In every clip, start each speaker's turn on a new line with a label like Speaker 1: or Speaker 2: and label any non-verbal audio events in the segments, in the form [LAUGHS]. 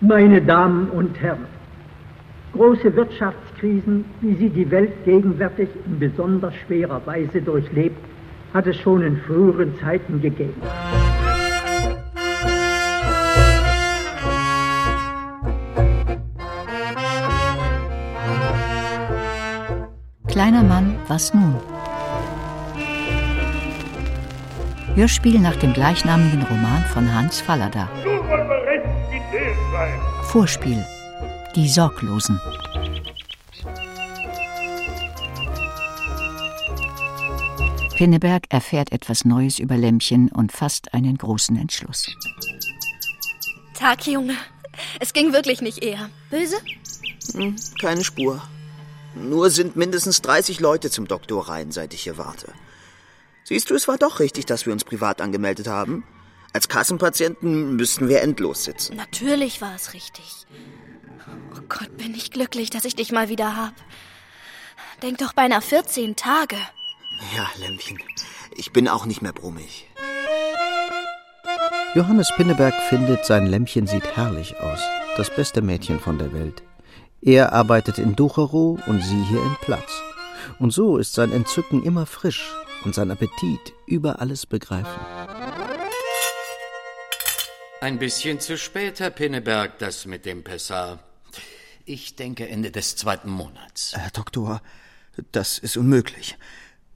Speaker 1: Meine Damen und Herren, große Wirtschaftskrisen, wie sie die Welt gegenwärtig in besonders schwerer Weise durchlebt, hat es schon in früheren Zeiten gegeben.
Speaker 2: Kleiner Mann, was nun? Hörspiel nach dem gleichnamigen Roman von Hans Fallada. Vorspiel. Die Sorglosen. Pinneberg erfährt etwas Neues über Lämmchen und fasst einen großen Entschluss.
Speaker 3: Tag, Junge. Es ging wirklich nicht eher. Böse?
Speaker 4: Hm, keine Spur. Nur sind mindestens 30 Leute zum Doktor rein, seit ich hier warte. Siehst du, es war doch richtig, dass wir uns privat angemeldet haben. Als Kassenpatienten müssten wir endlos sitzen.
Speaker 3: Natürlich war es richtig. Oh Gott, bin ich glücklich, dass ich dich mal wieder hab. Denk doch beinahe 14 Tage.
Speaker 4: Ja, Lämpchen, ich bin auch nicht mehr brummig.
Speaker 5: Johannes Pinneberg findet, sein Lämpchen sieht herrlich aus. Das beste Mädchen von der Welt. Er arbeitet in Ducherow und sie hier in Platz. Und so ist sein Entzücken immer frisch und sein Appetit über alles begreifen.
Speaker 6: Ein bisschen zu spät, Herr Pinneberg, das mit dem Pessar. Ich denke Ende des zweiten Monats.
Speaker 4: Herr äh, Doktor, das ist unmöglich.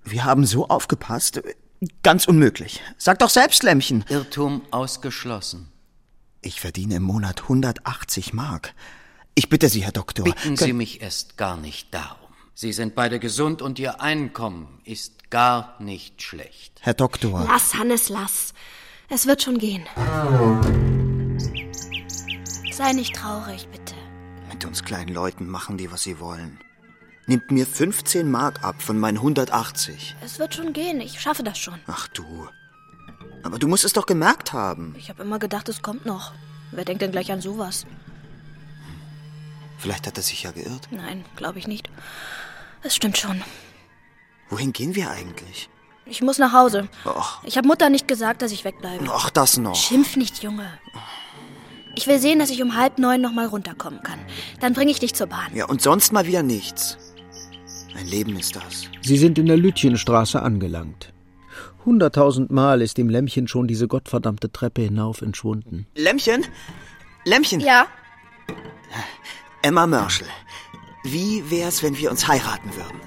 Speaker 4: Wir haben so aufgepasst. äh, Ganz unmöglich. Sag doch selbst, Lämmchen.
Speaker 6: Irrtum ausgeschlossen.
Speaker 4: Ich verdiene im Monat 180 Mark. Ich bitte Sie, Herr Doktor.
Speaker 6: Bitten Sie mich erst gar nicht darum. Sie sind beide gesund und Ihr Einkommen ist gar nicht schlecht.
Speaker 4: Herr Doktor.
Speaker 3: Lass, Hannes, lass. Es wird schon gehen. Sei nicht traurig, bitte.
Speaker 4: Mit uns kleinen Leuten machen die, was sie wollen. Nimmt mir 15 Mark ab von meinen 180.
Speaker 3: Es wird schon gehen. Ich schaffe das schon.
Speaker 4: Ach du. Aber du musst es doch gemerkt haben.
Speaker 3: Ich habe immer gedacht, es kommt noch. Wer denkt denn gleich an sowas?
Speaker 4: Vielleicht hat er sich ja geirrt.
Speaker 3: Nein, glaube ich nicht. Es stimmt schon.
Speaker 4: Wohin gehen wir eigentlich?
Speaker 3: Ich muss nach Hause.
Speaker 4: Och.
Speaker 3: Ich habe Mutter nicht gesagt, dass ich wegbleibe.
Speaker 4: Ach, das noch.
Speaker 3: Schimpf nicht, Junge. Ich will sehen, dass ich um halb neun nochmal runterkommen kann. Dann bringe ich dich zur Bahn.
Speaker 4: Ja, und sonst mal wieder nichts. Ein Leben ist das.
Speaker 5: Sie sind in der Lütchenstraße angelangt. Hunderttausendmal ist dem Lämmchen schon diese gottverdammte Treppe hinauf entschwunden.
Speaker 4: Lämmchen? Lämmchen?
Speaker 3: Ja,
Speaker 4: Emma Mörschel. Wie wär's, wenn wir uns heiraten würden?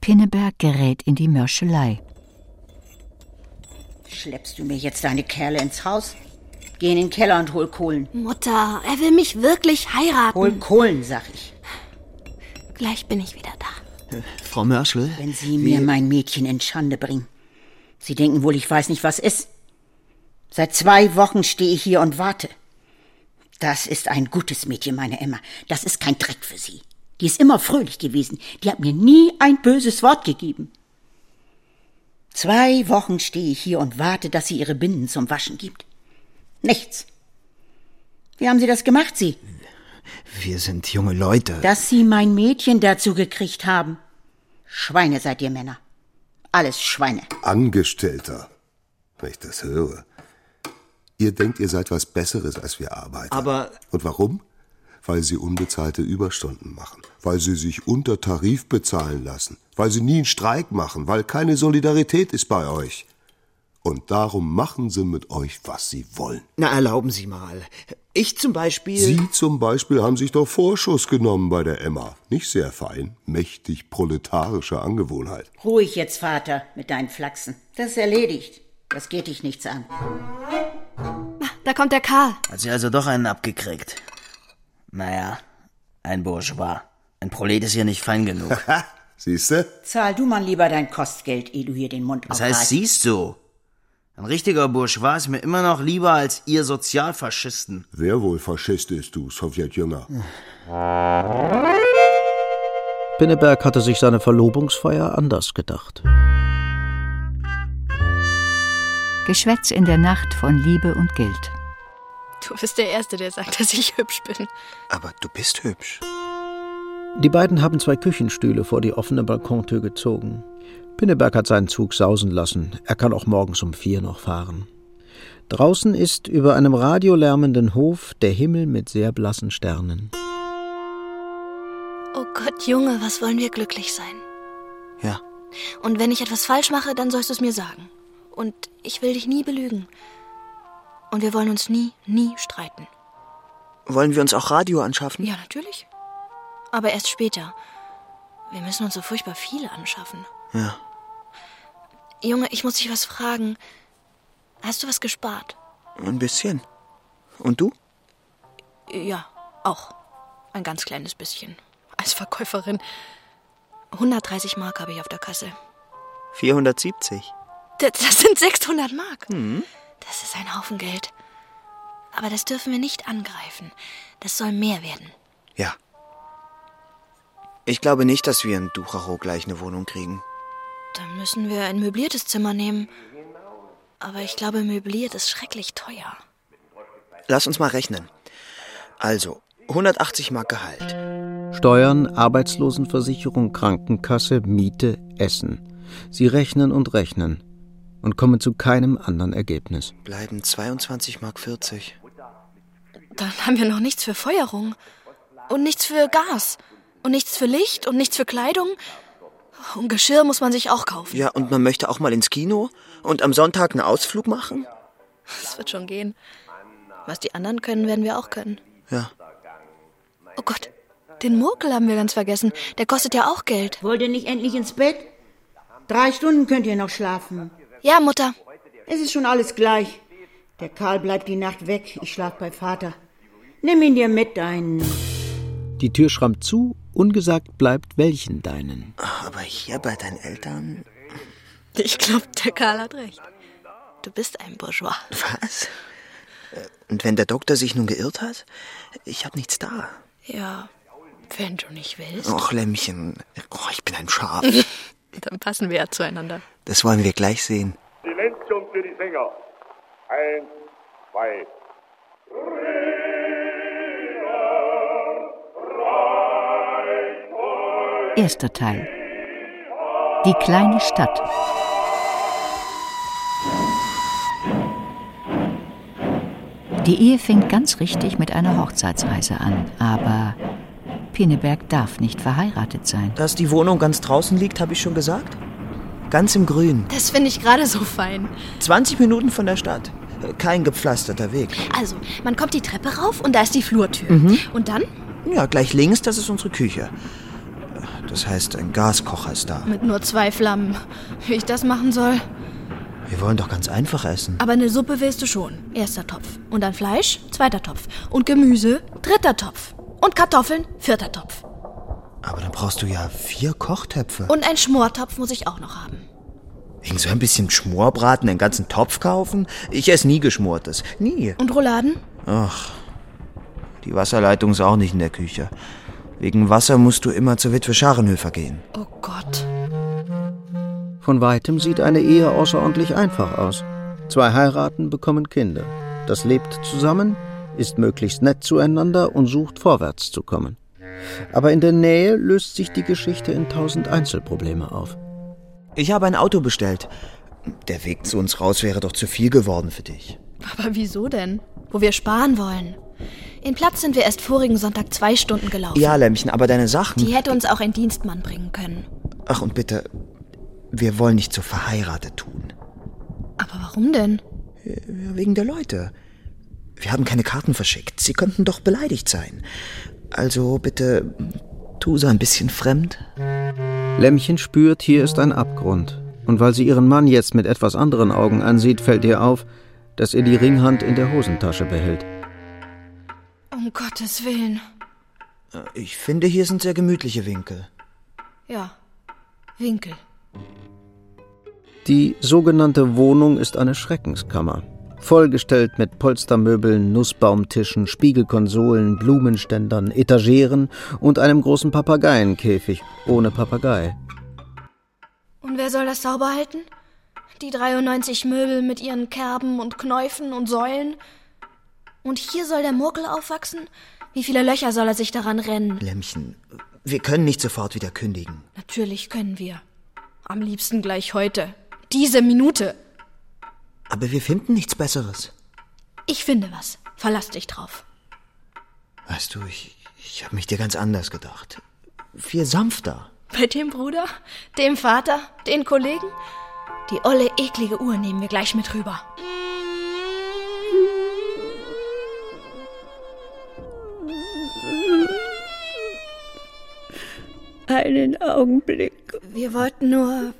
Speaker 2: Pinneberg gerät in die Mörschelei.
Speaker 7: Schleppst du mir jetzt deine Kerle ins Haus? Geh in den Keller und hol Kohlen.
Speaker 3: Mutter, er will mich wirklich heiraten.
Speaker 7: Hol Kohlen, sag ich.
Speaker 3: Gleich bin ich wieder da.
Speaker 4: Frau Mörschel?
Speaker 7: Wenn sie mir mein Mädchen in Schande bringen. Sie denken wohl, ich weiß nicht, was ist. Seit zwei Wochen stehe ich hier und warte. Das ist ein gutes Mädchen, meine Emma. Das ist kein Dreck für sie. Die ist immer fröhlich gewesen. Die hat mir nie ein böses Wort gegeben. Zwei Wochen stehe ich hier und warte, dass sie ihre Binden zum Waschen gibt. Nichts. Wie haben Sie das gemacht, Sie?
Speaker 4: Wir sind junge Leute.
Speaker 7: Dass Sie mein Mädchen dazu gekriegt haben. Schweine seid ihr Männer. Alles Schweine.
Speaker 8: Angestellter, wenn ich das höre. Ihr denkt, ihr seid was Besseres als wir Arbeiter.
Speaker 4: Aber-
Speaker 8: Und warum? Weil sie unbezahlte Überstunden machen, weil sie sich unter Tarif bezahlen lassen, weil sie nie einen Streik machen, weil keine Solidarität ist bei euch. Und darum machen sie mit euch, was sie wollen.
Speaker 4: Na, erlauben Sie mal. Ich zum Beispiel.
Speaker 8: Sie zum Beispiel haben sich doch Vorschuss genommen bei der Emma. Nicht sehr fein, mächtig proletarische Angewohnheit.
Speaker 7: Ruhig jetzt, Vater, mit deinen Flachsen. Das ist erledigt. Das geht dich nichts an.
Speaker 3: Ah, Da kommt der Karl.
Speaker 9: Hat sie also doch einen abgekriegt. Naja, ein Bourgeois. Ein Prolet ist hier nicht fein genug.
Speaker 8: Ha, siehste?
Speaker 7: Zahl du mal lieber dein Kostgeld, ehe du hier den Mund
Speaker 9: Das heißt, siehst du, ein richtiger Bourgeois ist mir immer noch lieber als ihr Sozialfaschisten.
Speaker 8: Wer wohl Faschist ist, du Sowjetjünger?
Speaker 5: Pinneberg hatte sich seine Verlobungsfeier anders gedacht.
Speaker 2: Geschwätz in der Nacht von Liebe und Geld.
Speaker 3: Du bist der Erste, der sagt, dass ich hübsch bin.
Speaker 4: Aber du bist hübsch.
Speaker 5: Die beiden haben zwei Küchenstühle vor die offene Balkontür gezogen. Pinneberg hat seinen Zug sausen lassen. Er kann auch morgens um vier noch fahren. Draußen ist über einem radiolärmenden Hof der Himmel mit sehr blassen Sternen.
Speaker 3: Oh Gott, Junge, was wollen wir glücklich sein?
Speaker 4: Ja.
Speaker 3: Und wenn ich etwas falsch mache, dann sollst du es mir sagen. Und ich will dich nie belügen. Und wir wollen uns nie, nie streiten.
Speaker 4: Wollen wir uns auch Radio anschaffen?
Speaker 3: Ja, natürlich. Aber erst später. Wir müssen uns so furchtbar viele anschaffen.
Speaker 4: Ja.
Speaker 3: Junge, ich muss dich was fragen. Hast du was gespart?
Speaker 4: Ein bisschen. Und du?
Speaker 3: Ja, auch. Ein ganz kleines bisschen. Als Verkäuferin. 130 Mark habe ich auf der Kasse.
Speaker 4: 470.
Speaker 3: Das, das sind 600 Mark. Das ist ein Haufen Geld. Aber das dürfen wir nicht angreifen. Das soll mehr werden.
Speaker 4: Ja. Ich glaube nicht, dass wir in Ducharo gleich eine Wohnung kriegen.
Speaker 3: Dann müssen wir ein möbliertes Zimmer nehmen. Aber ich glaube, möbliert ist schrecklich teuer.
Speaker 4: Lass uns mal rechnen. Also, 180 Mark Gehalt.
Speaker 5: Steuern, Arbeitslosenversicherung, Krankenkasse, Miete, Essen. Sie rechnen und rechnen und kommen zu keinem anderen Ergebnis.
Speaker 4: Bleiben 22 Mark 40.
Speaker 3: Dann haben wir noch nichts für Feuerung. Und nichts für Gas. Und nichts für Licht und nichts für Kleidung. Und Geschirr muss man sich auch kaufen.
Speaker 4: Ja, und man möchte auch mal ins Kino und am Sonntag einen Ausflug machen?
Speaker 3: Das wird schon gehen. Was die anderen können, werden wir auch können.
Speaker 4: Ja.
Speaker 3: Oh Gott, den Murkel haben wir ganz vergessen. Der kostet ja auch Geld.
Speaker 10: Wollt ihr nicht endlich ins Bett? Drei Stunden könnt ihr noch schlafen.
Speaker 3: Ja, Mutter.
Speaker 10: Es ist schon alles gleich. Der Karl bleibt die Nacht weg. Ich schlaf bei Vater. Nimm ihn dir mit, deinen.
Speaker 5: Die Tür schrammt zu, ungesagt bleibt welchen deinen.
Speaker 4: Aber hier bei deinen Eltern?
Speaker 3: Ich glaube, der Karl hat recht. Du bist ein Bourgeois.
Speaker 4: Was? Äh, Und wenn der Doktor sich nun geirrt hat? Ich hab nichts da.
Speaker 3: Ja, wenn du nicht willst,
Speaker 4: Och, Lämmchen. Oh, ich bin ein Schaf.
Speaker 3: [LAUGHS] dann passen wir ja zueinander.
Speaker 4: Das wollen wir gleich sehen.
Speaker 11: Silenzium für die Sänger. Eins, zwei.
Speaker 2: Erster Teil. Die kleine Stadt. Die Ehe fängt ganz richtig mit einer Hochzeitsreise an, aber Pinneberg darf nicht verheiratet sein.
Speaker 4: Dass die Wohnung ganz draußen liegt, habe ich schon gesagt. Ganz im Grün.
Speaker 3: Das finde ich gerade so fein.
Speaker 4: 20 Minuten von der Stadt. Kein gepflasterter Weg.
Speaker 3: Also, man kommt die Treppe rauf und da ist die Flurtür.
Speaker 4: Mhm.
Speaker 3: Und dann?
Speaker 4: Ja, gleich links, das ist unsere Küche. Das heißt, ein Gaskocher ist da.
Speaker 3: Mit nur zwei Flammen. Wie ich das machen soll.
Speaker 4: Wir wollen doch ganz einfach essen.
Speaker 3: Aber eine Suppe willst du schon. Erster Topf. Und dann Fleisch, zweiter Topf. Und Gemüse, dritter Topf. Und Kartoffeln, vierter Topf.
Speaker 4: Aber dann brauchst du ja vier Kochtöpfe.
Speaker 3: Und ein Schmortopf muss ich auch noch haben.
Speaker 4: Wegen so ein bisschen Schmorbraten einen ganzen Topf kaufen? Ich esse nie Geschmortes. Nie.
Speaker 3: Und Rouladen?
Speaker 4: Ach, die Wasserleitung ist auch nicht in der Küche. Wegen Wasser musst du immer zur Witwe Scharenhöfer gehen.
Speaker 3: Oh Gott.
Speaker 5: Von weitem sieht eine Ehe außerordentlich einfach aus. Zwei heiraten, bekommen Kinder. Das lebt zusammen, ist möglichst nett zueinander und sucht vorwärts zu kommen. Aber in der Nähe löst sich die Geschichte in tausend Einzelprobleme auf.
Speaker 4: Ich habe ein Auto bestellt. Der Weg zu uns raus wäre doch zu viel geworden für dich.
Speaker 3: Aber wieso denn? Wo wir sparen wollen. In Platz sind wir erst vorigen Sonntag zwei Stunden gelaufen.
Speaker 4: Ja, Lämmchen, aber deine Sachen.
Speaker 3: Die hätte uns auch ein Dienstmann bringen können.
Speaker 4: Ach, und bitte, wir wollen nicht so verheiratet tun.
Speaker 3: Aber warum denn?
Speaker 4: Ja, wegen der Leute. Wir haben keine Karten verschickt. Sie könnten doch beleidigt sein. Also bitte, tu so ein bisschen fremd.
Speaker 5: Lämmchen spürt, hier ist ein Abgrund. Und weil sie ihren Mann jetzt mit etwas anderen Augen ansieht, fällt ihr auf, dass er die Ringhand in der Hosentasche behält.
Speaker 3: Um Gottes Willen.
Speaker 4: Ich finde, hier sind sehr gemütliche Winkel.
Speaker 3: Ja. Winkel.
Speaker 5: Die sogenannte Wohnung ist eine Schreckenskammer. Vollgestellt mit Polstermöbeln, Nussbaumtischen, Spiegelkonsolen, Blumenständern, Etageren und einem großen Papageienkäfig ohne Papagei.
Speaker 3: Und wer soll das sauber halten? Die 93 Möbel mit ihren Kerben und Knäufen und Säulen. Und hier soll der Murkel aufwachsen? Wie viele Löcher soll er sich daran rennen?
Speaker 4: Lämmchen, wir können nicht sofort wieder kündigen.
Speaker 3: Natürlich können wir. Am liebsten gleich heute. Diese Minute.
Speaker 4: Aber wir finden nichts Besseres.
Speaker 3: Ich finde was. Verlass dich drauf.
Speaker 4: Weißt du, ich, ich habe mich dir ganz anders gedacht. Viel sanfter.
Speaker 3: Bei dem Bruder, dem Vater, den Kollegen? Die olle eklige Uhr nehmen wir gleich mit rüber.
Speaker 12: Einen Augenblick.
Speaker 3: Wir wollten nur.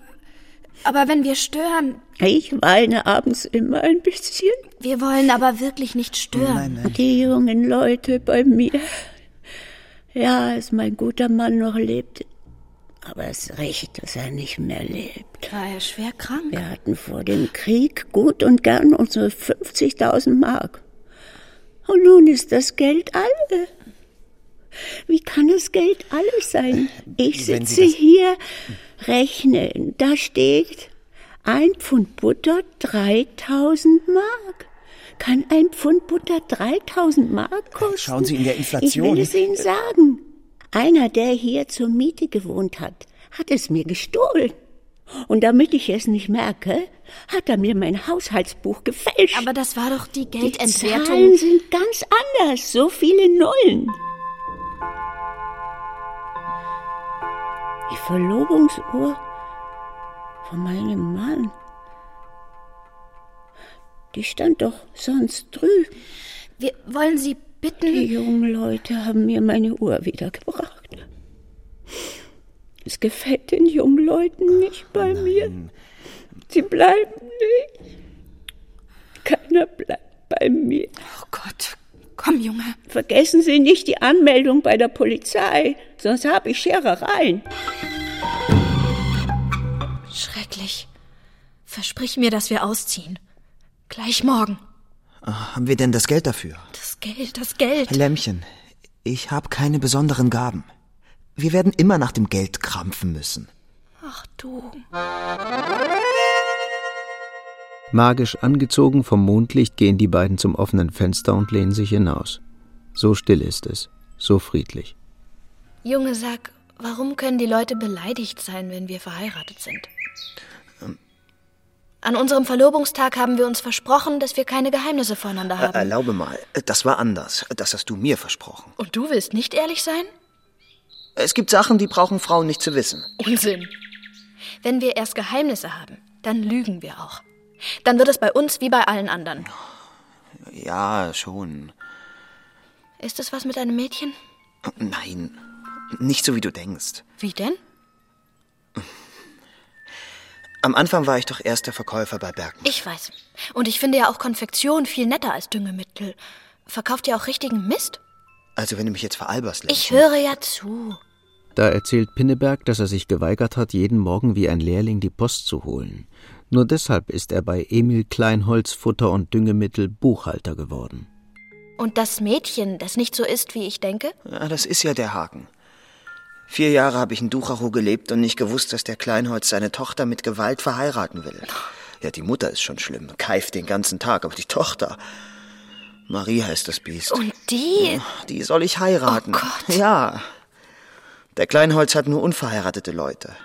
Speaker 3: Aber wenn wir stören.
Speaker 12: Ich weine abends immer ein bisschen.
Speaker 3: Wir wollen aber wirklich nicht stören.
Speaker 12: Die jungen Leute bei mir. Ja, als mein guter Mann noch lebt. Aber es ist recht, dass er nicht mehr lebt.
Speaker 3: War er Äh, schwer krank?
Speaker 12: Wir hatten vor dem Krieg gut und gern unsere 50.000 Mark. Und nun ist das Geld alle. Wie kann das Geld alles sein? Ich
Speaker 13: Äh, Wenn Sie
Speaker 12: sitze
Speaker 13: das-
Speaker 12: hier, rechne, da steht ein Pfund Butter 3000 Mark. Kann ein Pfund Butter 3000 Mark kosten?
Speaker 13: Schauen Sie in der
Speaker 12: Ich
Speaker 13: Inflation.
Speaker 12: will es Ihnen sagen. Einer, der hier zur Miete gewohnt hat, hat es mir gestohlen. Und damit ich es nicht merke, hat er mir mein Haushaltsbuch gefälscht.
Speaker 3: Aber das war doch die
Speaker 12: Die Zahlen
Speaker 3: Geldentwertung.
Speaker 12: sind ganz anders, so viele Nullen. Die Verlobungsuhr von meinem Mann. Die stand doch sonst drüben.
Speaker 3: Wir wollen Sie
Speaker 12: Die
Speaker 3: bitten.
Speaker 12: jungen Leute haben mir meine Uhr wiedergebracht. Es gefällt den jungen Leuten nicht bei mir. Sie bleiben nicht. Keiner bleibt bei mir.
Speaker 3: Oh Gott. Komm, Junge.
Speaker 12: Vergessen Sie nicht die Anmeldung bei der Polizei, sonst habe ich Scherereien.
Speaker 3: Schrecklich. Versprich mir, dass wir ausziehen. Gleich morgen.
Speaker 4: Ah, Haben wir denn das Geld dafür?
Speaker 3: Das Geld, das Geld.
Speaker 4: Lämmchen, ich habe keine besonderen Gaben. Wir werden immer nach dem Geld krampfen müssen.
Speaker 3: Ach du.
Speaker 5: Magisch angezogen vom Mondlicht gehen die beiden zum offenen Fenster und lehnen sich hinaus. So still ist es, so friedlich.
Speaker 3: Junge, sag, warum können die Leute beleidigt sein, wenn wir verheiratet sind? An unserem Verlobungstag haben wir uns versprochen, dass wir keine Geheimnisse voneinander haben.
Speaker 4: Äh, Erlaube mal, das war anders. Das hast du mir versprochen.
Speaker 3: Und du willst nicht ehrlich sein?
Speaker 4: Es gibt Sachen, die brauchen Frauen nicht zu wissen.
Speaker 3: Unsinn. Wenn wir erst Geheimnisse haben, dann lügen wir auch. Dann wird es bei uns wie bei allen anderen.
Speaker 4: Ja, schon.
Speaker 3: Ist es was mit einem Mädchen?
Speaker 4: Nein, nicht so wie du denkst.
Speaker 3: Wie denn?
Speaker 4: Am Anfang war ich doch erster Verkäufer bei Bergmann.
Speaker 3: Ich weiß. Und ich finde ja auch Konfektion viel netter als Düngemittel. Verkauft ihr auch richtigen Mist?
Speaker 4: Also wenn du mich jetzt veralberst,
Speaker 3: Ich
Speaker 4: Lämmchen.
Speaker 3: höre ja zu.
Speaker 5: Da erzählt Pinneberg, dass er sich geweigert hat, jeden Morgen wie ein Lehrling die Post zu holen. Nur deshalb ist er bei Emil Kleinholz Futter und Düngemittel Buchhalter geworden.
Speaker 3: Und das Mädchen, das nicht so ist, wie ich denke?
Speaker 4: Ja, das ist ja der Haken. Vier Jahre habe ich in Ducharo gelebt und nicht gewusst, dass der Kleinholz seine Tochter mit Gewalt verheiraten will. Ja, die Mutter ist schon schlimm, keift den ganzen Tag, aber die Tochter. Marie heißt das Biest.
Speaker 3: Und die?
Speaker 4: Die soll ich heiraten.
Speaker 3: Oh Gott.
Speaker 4: Ja. Der Kleinholz hat nur unverheiratete Leute.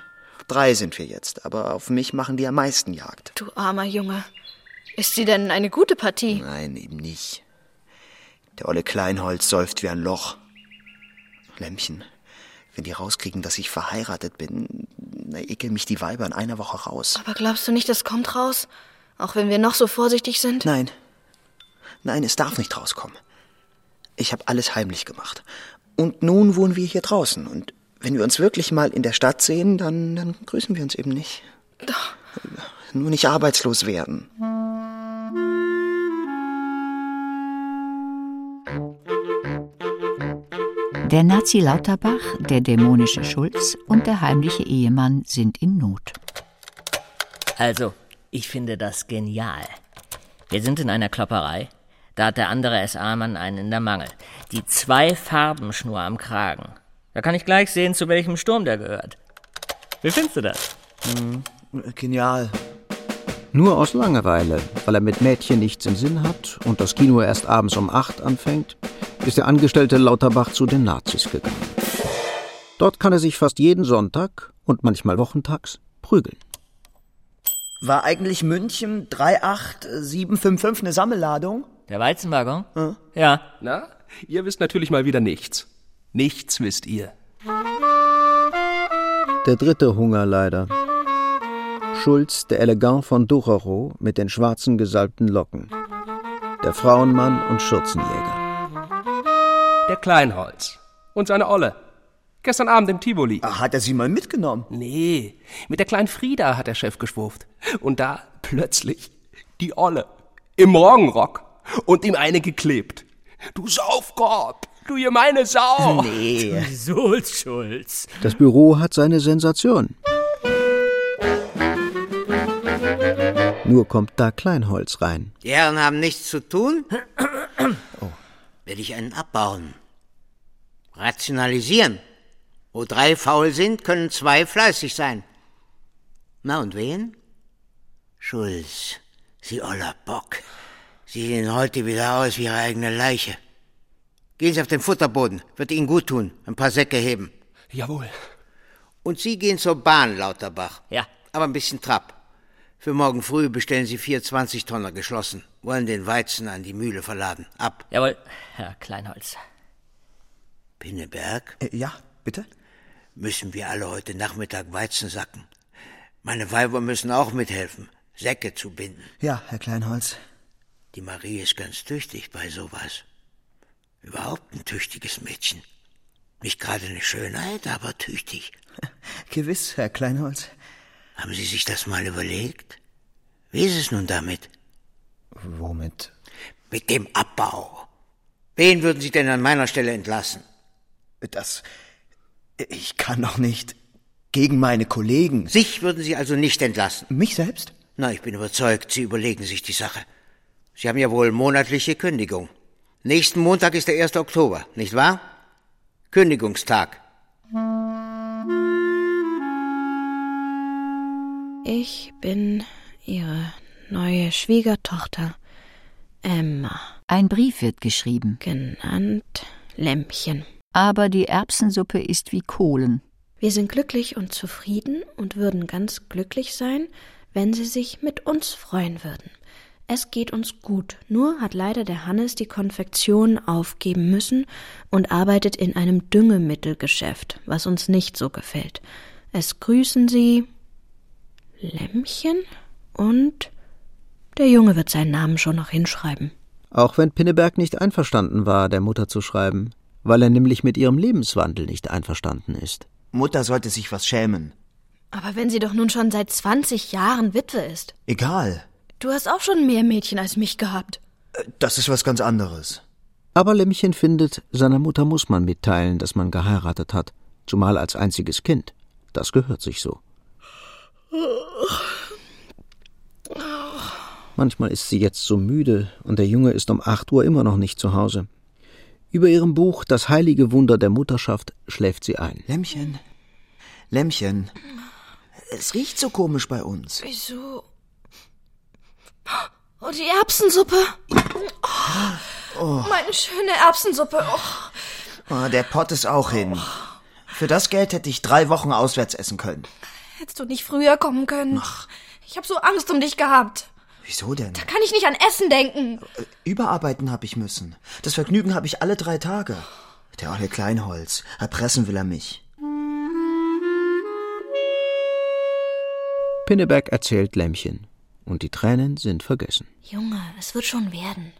Speaker 4: Drei sind wir jetzt, aber auf mich machen die am meisten Jagd.
Speaker 3: Du armer Junge. Ist sie denn eine gute Partie?
Speaker 4: Nein, eben nicht. Der olle Kleinholz säuft wie ein Loch. Lämmchen, wenn die rauskriegen, dass ich verheiratet bin, na, ekeln mich die Weiber in einer Woche raus.
Speaker 3: Aber glaubst du nicht, das kommt raus? Auch wenn wir noch so vorsichtig sind?
Speaker 4: Nein. Nein, es darf nicht rauskommen. Ich habe alles heimlich gemacht. Und nun wohnen wir hier draußen. Und wenn wir uns wirklich mal in der Stadt sehen, dann, dann grüßen wir uns eben nicht. Nur nicht arbeitslos werden.
Speaker 2: Der Nazi Lauterbach, der dämonische Schulz und der heimliche Ehemann sind in Not.
Speaker 14: Also, ich finde das genial. Wir sind in einer Klopperei. Da hat der andere SA-Mann einen in der Mangel. Die zwei Farbenschnur am Kragen. Da kann ich gleich sehen, zu welchem Sturm der gehört. Wie findest du das?
Speaker 4: Mhm. Genial.
Speaker 5: Nur aus Langeweile, weil er mit Mädchen nichts im Sinn hat und das Kino erst abends um acht anfängt, ist der Angestellte Lauterbach zu den Nazis gegangen. Dort kann er sich fast jeden Sonntag und manchmal wochentags prügeln.
Speaker 4: War eigentlich München 38755 eine Sammelladung?
Speaker 14: Der Weizenwaggon?
Speaker 15: Hm?
Speaker 14: Ja.
Speaker 15: Na, ihr wisst natürlich mal wieder nichts. Nichts wisst ihr.
Speaker 5: Der dritte Hunger leider. Schulz, der Elegant von Ducherow mit den schwarzen gesalbten Locken. Der Frauenmann und Schürzenjäger.
Speaker 15: Der Kleinholz. Und seine Olle. Gestern Abend im Tivoli. Ach, Ah, hat er sie mal mitgenommen? Nee, mit der kleinen Frieda hat der Chef geschwurft. Und da plötzlich die Olle. Im Morgenrock. Und ihm eine geklebt. Du Saufkorb! Du gemeine Sau!
Speaker 13: Nee.
Speaker 14: Sulz Schulz.
Speaker 5: Das Büro hat seine Sensation. Nur kommt da Kleinholz rein.
Speaker 16: Die Herren haben nichts zu tun? Will ich einen abbauen. Rationalisieren. Wo drei faul sind, können zwei fleißig sein. Na und wen? Schulz, Sie oller Bock. Sie sehen heute wieder aus wie Ihre eigene Leiche. Gehen Sie auf den Futterboden, wird Ihnen gut tun. Ein paar Säcke heben.
Speaker 15: Jawohl.
Speaker 16: Und Sie gehen zur Bahn, Lauterbach.
Speaker 14: Ja.
Speaker 16: Aber ein bisschen Trab. Für morgen früh bestellen Sie vier 20 Tonner geschlossen. Wollen den Weizen an die Mühle verladen. Ab.
Speaker 14: Jawohl, Herr Kleinholz.
Speaker 16: Pinneberg?
Speaker 4: Äh, ja, bitte?
Speaker 16: Müssen wir alle heute Nachmittag Weizen sacken. Meine Weiber müssen auch mithelfen, Säcke zu binden.
Speaker 4: Ja, Herr Kleinholz.
Speaker 16: Die Marie ist ganz tüchtig bei sowas. Überhaupt ein tüchtiges Mädchen. Nicht gerade eine Schönheit, aber tüchtig.
Speaker 4: [LAUGHS] Gewiss, Herr Kleinholz.
Speaker 16: Haben Sie sich das mal überlegt? Wie ist es nun damit?
Speaker 4: Womit?
Speaker 16: Mit dem Abbau. Wen würden Sie denn an meiner Stelle entlassen?
Speaker 4: Das. Ich kann doch nicht. Gegen meine Kollegen.
Speaker 16: Sich würden Sie also nicht entlassen.
Speaker 4: Mich selbst?
Speaker 16: Na, ich bin überzeugt, Sie überlegen sich die Sache. Sie haben ja wohl monatliche Kündigung. Nächsten Montag ist der 1. Oktober, nicht wahr? Kündigungstag.
Speaker 3: Ich bin ihre neue Schwiegertochter Emma.
Speaker 2: Ein Brief wird geschrieben.
Speaker 3: Genannt Lämpchen.
Speaker 2: Aber die Erbsensuppe ist wie Kohlen.
Speaker 3: Wir sind glücklich und zufrieden und würden ganz glücklich sein, wenn Sie sich mit uns freuen würden. Es geht uns gut, nur hat leider der Hannes die Konfektion aufgeben müssen und arbeitet in einem Düngemittelgeschäft, was uns nicht so gefällt. Es grüßen Sie Lämmchen und der Junge wird seinen Namen schon noch hinschreiben.
Speaker 5: Auch wenn Pinneberg nicht einverstanden war, der Mutter zu schreiben, weil er nämlich mit ihrem Lebenswandel nicht einverstanden ist.
Speaker 4: Mutter sollte sich was schämen.
Speaker 3: Aber wenn sie doch nun schon seit 20 Jahren Witwe ist.
Speaker 4: Egal.
Speaker 3: Du hast auch schon mehr Mädchen als mich gehabt.
Speaker 4: Äh, Das ist was ganz anderes.
Speaker 5: Aber Lämmchen findet, seiner Mutter muss man mitteilen, dass man geheiratet hat, zumal als einziges Kind. Das gehört sich so. Manchmal ist sie jetzt so müde und der Junge ist um 8 Uhr immer noch nicht zu Hause. Über ihrem Buch Das heilige Wunder der Mutterschaft schläft sie ein.
Speaker 4: Lämmchen. Lämmchen. Es riecht so komisch bei uns.
Speaker 3: Wieso? Oh, die Erbsensuppe.
Speaker 4: Oh,
Speaker 3: Meine schöne Erbsensuppe. Oh.
Speaker 4: oh, der Pott ist auch hin. Für das Geld hätte ich drei Wochen auswärts essen können.
Speaker 3: Hättest du nicht früher kommen können. Ich habe so Angst um dich gehabt.
Speaker 4: Wieso denn? Äh,
Speaker 3: Kann ich nicht an Essen denken.
Speaker 4: Überarbeiten habe ich müssen. Das Vergnügen habe ich alle drei Tage. Der olle Kleinholz. Erpressen will er mich.
Speaker 5: Pinneberg erzählt Lämmchen und die Tränen sind vergessen.
Speaker 3: Junge, es wird schon werden.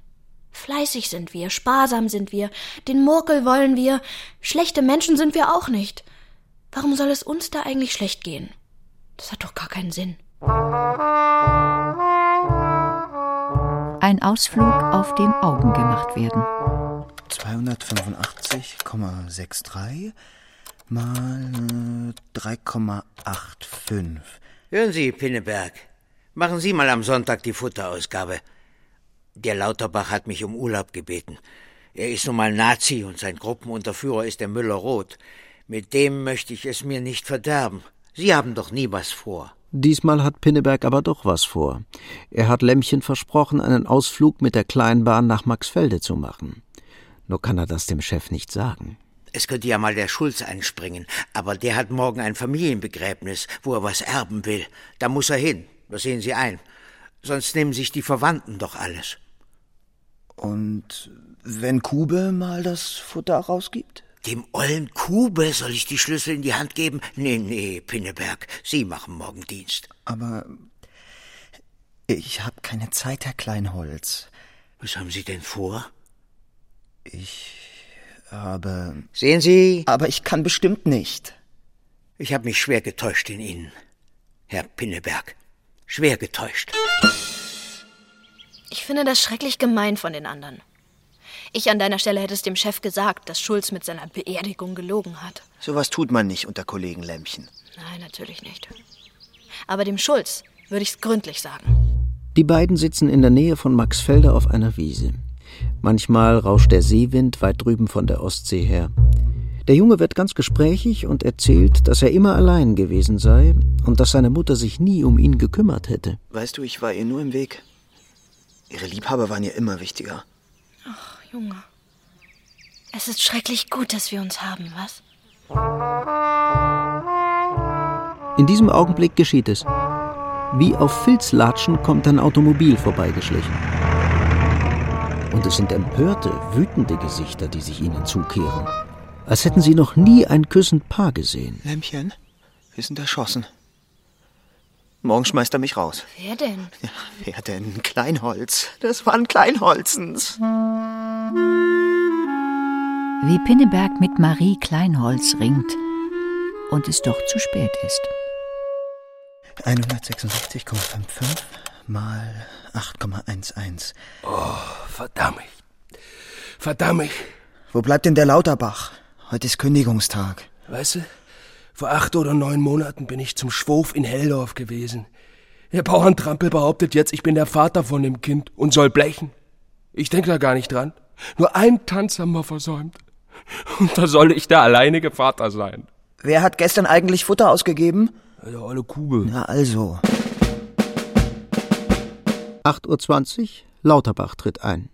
Speaker 3: Fleißig sind wir, sparsam sind wir, den Murkel wollen wir, schlechte Menschen sind wir auch nicht. Warum soll es uns da eigentlich schlecht gehen? Das hat doch gar keinen Sinn.
Speaker 2: Ein Ausflug, auf dem Augen gemacht werden.
Speaker 4: 285,63 mal äh, 3,85.
Speaker 16: Hören Sie, Pinneberg, machen Sie mal am Sonntag die Futterausgabe. Der Lauterbach hat mich um Urlaub gebeten. Er ist nun mal Nazi und sein Gruppenunterführer ist der Müller Roth. Mit dem möchte ich es mir nicht verderben. Sie haben doch nie was vor.
Speaker 5: Diesmal hat Pinneberg aber doch was vor. Er hat Lämmchen versprochen, einen Ausflug mit der Kleinbahn nach Maxfelde zu machen. Nur kann er das dem Chef nicht sagen.
Speaker 16: Es könnte ja mal der Schulz einspringen, aber der hat morgen ein Familienbegräbnis, wo er was erben will. Da muss er hin, das sehen Sie ein. Sonst nehmen sich die Verwandten doch alles.
Speaker 5: Und wenn Kube mal das Futter rausgibt?
Speaker 16: Dem ollen Kube soll ich die Schlüssel in die Hand geben? Nee, nee, Pinneberg, Sie machen morgen Dienst.
Speaker 5: Aber ich habe keine Zeit, Herr Kleinholz.
Speaker 16: Was haben Sie denn vor?
Speaker 5: Aber
Speaker 16: Sehen Sie?
Speaker 5: Aber ich kann bestimmt nicht.
Speaker 16: Ich habe mich schwer getäuscht in Ihnen, Herr Pinneberg. Schwer getäuscht.
Speaker 3: Ich finde das schrecklich gemein von den anderen. Ich an deiner Stelle hätte es dem Chef gesagt, dass Schulz mit seiner Beerdigung gelogen hat.
Speaker 4: Sowas tut man nicht unter Kollegen Lämpchen.
Speaker 3: Nein, natürlich nicht. Aber dem Schulz würde ich es gründlich sagen.
Speaker 5: Die beiden sitzen in der Nähe von Maxfelder auf einer Wiese. Manchmal rauscht der Seewind weit drüben von der Ostsee her. Der Junge wird ganz gesprächig und erzählt, dass er immer allein gewesen sei und dass seine Mutter sich nie um ihn gekümmert hätte.
Speaker 4: Weißt du, ich war ihr nur im Weg. Ihre Liebhaber waren ihr immer wichtiger.
Speaker 3: Ach, Junge. Es ist schrecklich gut, dass wir uns haben, was?
Speaker 5: In diesem Augenblick geschieht es. Wie auf Filzlatschen kommt ein Automobil vorbeigeschlichen. Und es sind empörte, wütende Gesichter, die sich ihnen zukehren. Als hätten sie noch nie ein küssend Paar gesehen.
Speaker 4: Lämpchen, wir sind erschossen. Morgen schmeißt er mich raus.
Speaker 3: Wer denn?
Speaker 4: Wer denn? Kleinholz. Das waren Kleinholzens.
Speaker 2: Wie Pinneberg mit Marie Kleinholz ringt und es doch zu spät ist.
Speaker 5: 166,55 mal 8,11.
Speaker 15: Oh, verdammt. Verdammt.
Speaker 5: Wo bleibt denn der Lauterbach? Heute ist Kündigungstag.
Speaker 15: Weißt du, vor acht oder neun Monaten bin ich zum Schwof in Helldorf gewesen. Der Bauerntrampel behauptet jetzt, ich bin der Vater von dem Kind und soll blechen. Ich denk da gar nicht dran. Nur einen Tanz haben wir versäumt. Und da soll ich der alleinige Vater sein.
Speaker 13: Wer hat gestern eigentlich Futter ausgegeben?
Speaker 15: Der olle Kube.
Speaker 5: Na also. 8.20 Uhr, Lauterbach tritt ein.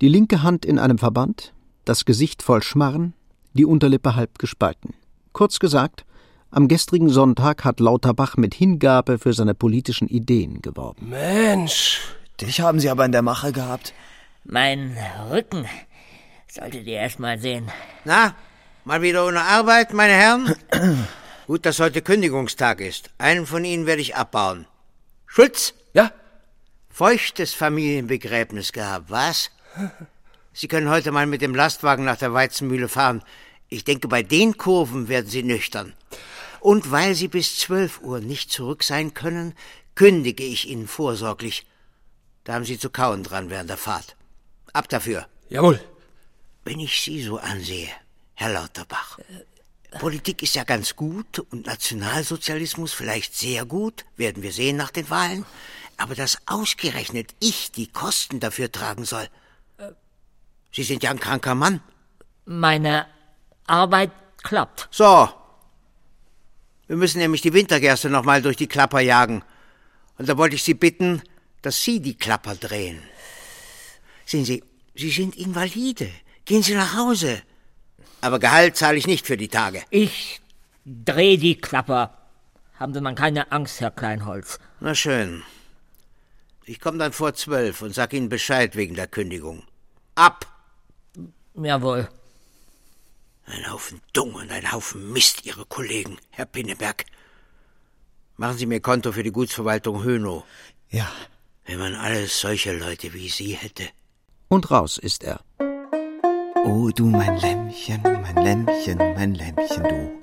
Speaker 5: Die linke Hand in einem Verband, das Gesicht voll Schmarren, die Unterlippe halb gespalten. Kurz gesagt, am gestrigen Sonntag hat Lauterbach mit Hingabe für seine politischen Ideen geworben.
Speaker 15: Mensch.
Speaker 13: Dich haben sie aber in der Mache gehabt.
Speaker 14: Mein Rücken solltet ihr erst mal sehen.
Speaker 16: Na, mal wieder ohne Arbeit, meine
Speaker 5: [CLEARS THROAT]
Speaker 16: Herren? Gut, dass heute Kündigungstag ist. Einen von Ihnen werde ich abbauen. Schulz?
Speaker 15: Ja?
Speaker 16: Feuchtes Familienbegräbnis gehabt, was? Sie können heute mal mit dem Lastwagen nach der Weizenmühle fahren. Ich denke, bei den Kurven werden Sie nüchtern. Und weil Sie bis 12 Uhr nicht zurück sein können, kündige ich Ihnen vorsorglich. Da haben Sie zu kauen dran während der Fahrt. Ab dafür.
Speaker 15: Jawohl.
Speaker 16: Wenn ich Sie so ansehe, Herr Lauterbach. Politik ist ja ganz gut und Nationalsozialismus vielleicht sehr gut, werden wir sehen nach den Wahlen. Aber dass ausgerechnet ich die Kosten dafür tragen soll. Sie sind ja ein kranker Mann.
Speaker 14: Meine Arbeit klappt.
Speaker 16: So. Wir müssen nämlich die Wintergerste nochmal durch die Klapper jagen. Und da wollte ich Sie bitten, dass Sie die Klapper drehen. Sehen Sie, Sie sind Invalide. Gehen Sie nach Hause. Aber Gehalt zahle ich nicht für die Tage.
Speaker 14: Ich dreh die Klapper. Haben Sie mal keine Angst, Herr Kleinholz.
Speaker 16: Na schön. Ich komme dann vor zwölf und sag Ihnen Bescheid wegen der Kündigung. Ab!
Speaker 14: Jawohl.
Speaker 16: Ein Haufen Dung und ein Haufen Mist, Ihre Kollegen, Herr Pinneberg. Machen Sie mir Konto für die Gutsverwaltung Hönow.
Speaker 5: Ja.
Speaker 16: Wenn man alles solche Leute wie Sie hätte.
Speaker 5: Und raus ist er.
Speaker 17: Oh du mein Lämmchen, mein Lämmchen, mein Lämmchen, du.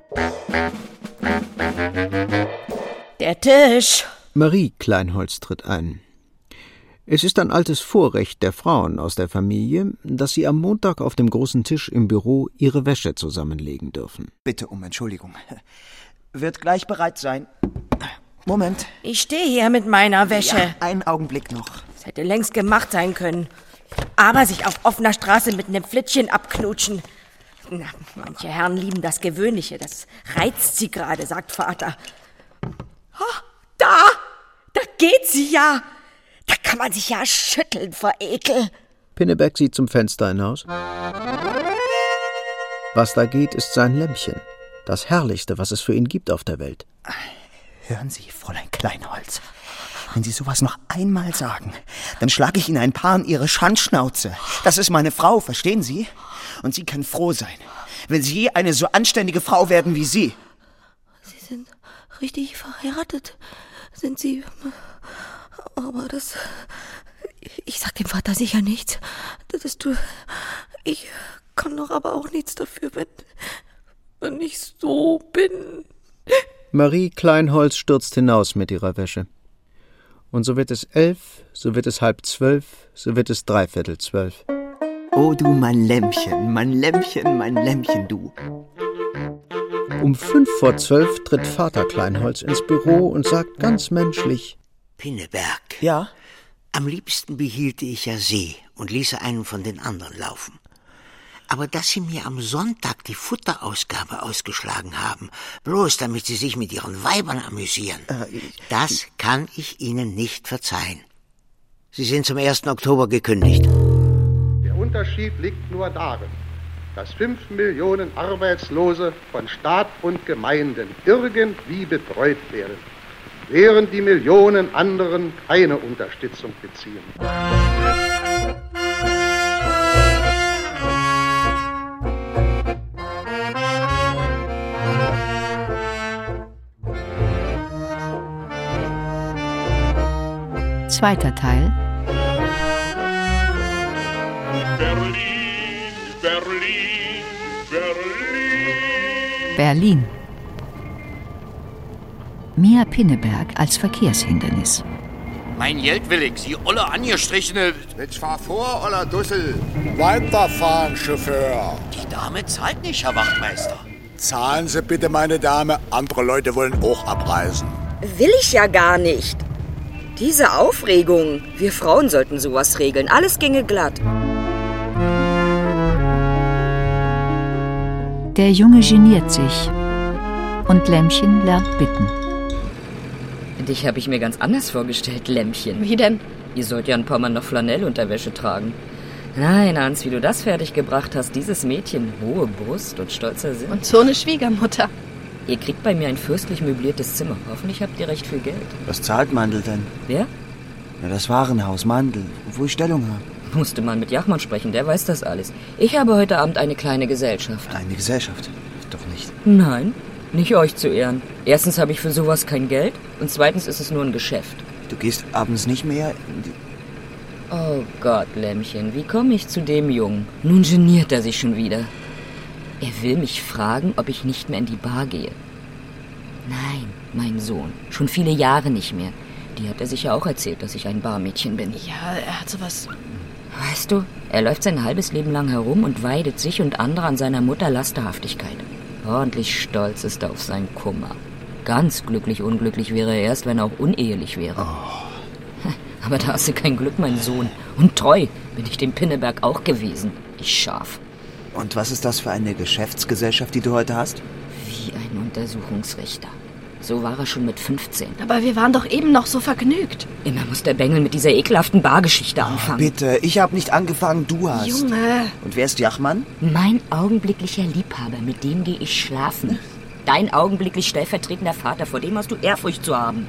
Speaker 10: Der Tisch.
Speaker 5: Marie Kleinholz tritt ein. Es ist ein altes Vorrecht der Frauen aus der Familie, dass sie am Montag auf dem großen Tisch im Büro ihre Wäsche zusammenlegen dürfen.
Speaker 17: Bitte um Entschuldigung. Wird gleich bereit sein. Moment.
Speaker 18: Ich stehe hier mit meiner Wäsche.
Speaker 17: Ja, einen Augenblick noch.
Speaker 18: Das hätte längst gemacht sein können. Aber sich auf offener Straße mit einem Flittchen abknutschen. Na, manche Herren lieben das Gewöhnliche. Das reizt sie gerade, sagt Vater. Oh, da! Da geht sie ja! Da kann man sich ja schütteln vor Ekel.
Speaker 5: [LAUGHS] Pinneberg sieht zum Fenster hinaus. Was da geht, ist sein Lämpchen. Das herrlichste, was es für ihn gibt auf der Welt.
Speaker 17: Hören Sie, Fräulein Kleinholz.
Speaker 19: Wenn Sie sowas noch einmal sagen, dann schlage ich Ihnen ein paar in Ihre Schandschnauze. Das ist meine Frau, verstehen Sie? Und Sie können froh sein, wenn Sie je eine so anständige Frau werden wie Sie.
Speaker 20: Sie sind richtig verheiratet, sind Sie. Aber das. Ich sag dem Vater sicher nichts. Das du. Ich kann doch aber auch nichts dafür, wenn. wenn ich so bin.
Speaker 5: Marie Kleinholz stürzt hinaus mit ihrer Wäsche. Und so wird es elf, so wird es halb zwölf, so wird es dreiviertel zwölf.
Speaker 17: Oh du mein Lämmchen, mein Lämmchen, mein Lämmchen, du.
Speaker 5: Um fünf vor zwölf tritt Vater Kleinholz ins Büro und sagt ganz menschlich:
Speaker 16: Pinneberg.
Speaker 19: Ja?
Speaker 16: Am liebsten behielte ich ja See und ließe einen von den anderen laufen. Aber dass Sie mir am Sonntag die Futterausgabe ausgeschlagen haben, bloß damit Sie sich mit Ihren Weibern amüsieren, das kann ich Ihnen nicht verzeihen. Sie sind zum 1. Oktober gekündigt.
Speaker 21: Der Unterschied liegt nur darin, dass fünf Millionen Arbeitslose von Staat und Gemeinden irgendwie betreut werden, während die Millionen anderen keine Unterstützung beziehen.
Speaker 2: Zweiter Teil. Berlin. Mia Pinneberg als Verkehrshindernis.
Speaker 6: Mein Geld will ich, Sie olle angestrichene.
Speaker 22: Jetzt fahr vor, oller Dussel. Weiterfahren, Chauffeur.
Speaker 6: Die Dame zahlt nicht, Herr Wachtmeister.
Speaker 22: Zahlen Sie bitte, meine Dame. Andere Leute wollen auch abreisen.
Speaker 23: Will ich ja gar nicht. Diese Aufregung. Wir Frauen sollten sowas regeln. Alles ginge glatt.
Speaker 2: Der Junge geniert sich. Und Lämmchen lernt bitten.
Speaker 24: Dich habe ich mir ganz anders vorgestellt, Lämpchen.
Speaker 3: Wie denn?
Speaker 24: Ihr sollt ja ein paar Mal noch Flanellunterwäsche tragen. Nein, Hans, wie du das fertiggebracht hast, dieses Mädchen, hohe Brust und stolzer Sinn.
Speaker 3: Und so eine Schwiegermutter.
Speaker 24: Ihr kriegt bei mir ein fürstlich möbliertes Zimmer. Hoffentlich habt ihr recht viel Geld.
Speaker 13: Was zahlt Mandel denn?
Speaker 24: Wer?
Speaker 13: Na, das Warenhaus Mandel, wo ich Stellung habe.
Speaker 24: Musste man mit Jachmann sprechen, der weiß das alles. Ich habe heute Abend eine kleine Gesellschaft.
Speaker 13: Eine Gesellschaft? Doch nicht.
Speaker 24: Nein, nicht euch zu ehren. Erstens habe ich für sowas kein Geld und zweitens ist es nur ein Geschäft.
Speaker 13: Du gehst abends nicht mehr. in die-
Speaker 24: Oh Gott, Lämmchen, wie komme ich zu dem Jungen? Nun geniert er sich schon wieder. Er will mich fragen, ob ich nicht mehr in die Bar gehe. Nein, mein Sohn, schon viele Jahre nicht mehr. Die hat er sich ja auch erzählt, dass ich ein Barmädchen bin.
Speaker 3: Ja, er hat sowas.
Speaker 24: Weißt du, er läuft sein halbes Leben lang herum und weidet sich und andere an seiner Mutter Lasterhaftigkeit. Ordentlich stolz ist er auf seinen Kummer. Ganz glücklich unglücklich wäre er erst, wenn er auch unehelich wäre.
Speaker 13: Oh.
Speaker 24: [LAUGHS] Aber da hast du kein Glück, mein Sohn. Und treu bin ich dem Pinneberg auch gewesen. Ich scharf.
Speaker 13: Und was ist das für eine Geschäftsgesellschaft, die du heute hast?
Speaker 24: Wie ein Untersuchungsrichter. So war er schon mit 15.
Speaker 3: Aber wir waren doch eben noch so vergnügt.
Speaker 24: Immer muss der Bengel mit dieser ekelhaften Bargeschichte anfangen.
Speaker 13: Ah, Bitte, ich habe nicht angefangen, du hast.
Speaker 24: Junge.
Speaker 13: Und wer ist Jachmann?
Speaker 24: Mein augenblicklicher Liebhaber, mit dem gehe ich schlafen. Dein augenblicklich stellvertretender Vater, vor dem hast du Ehrfurcht zu haben.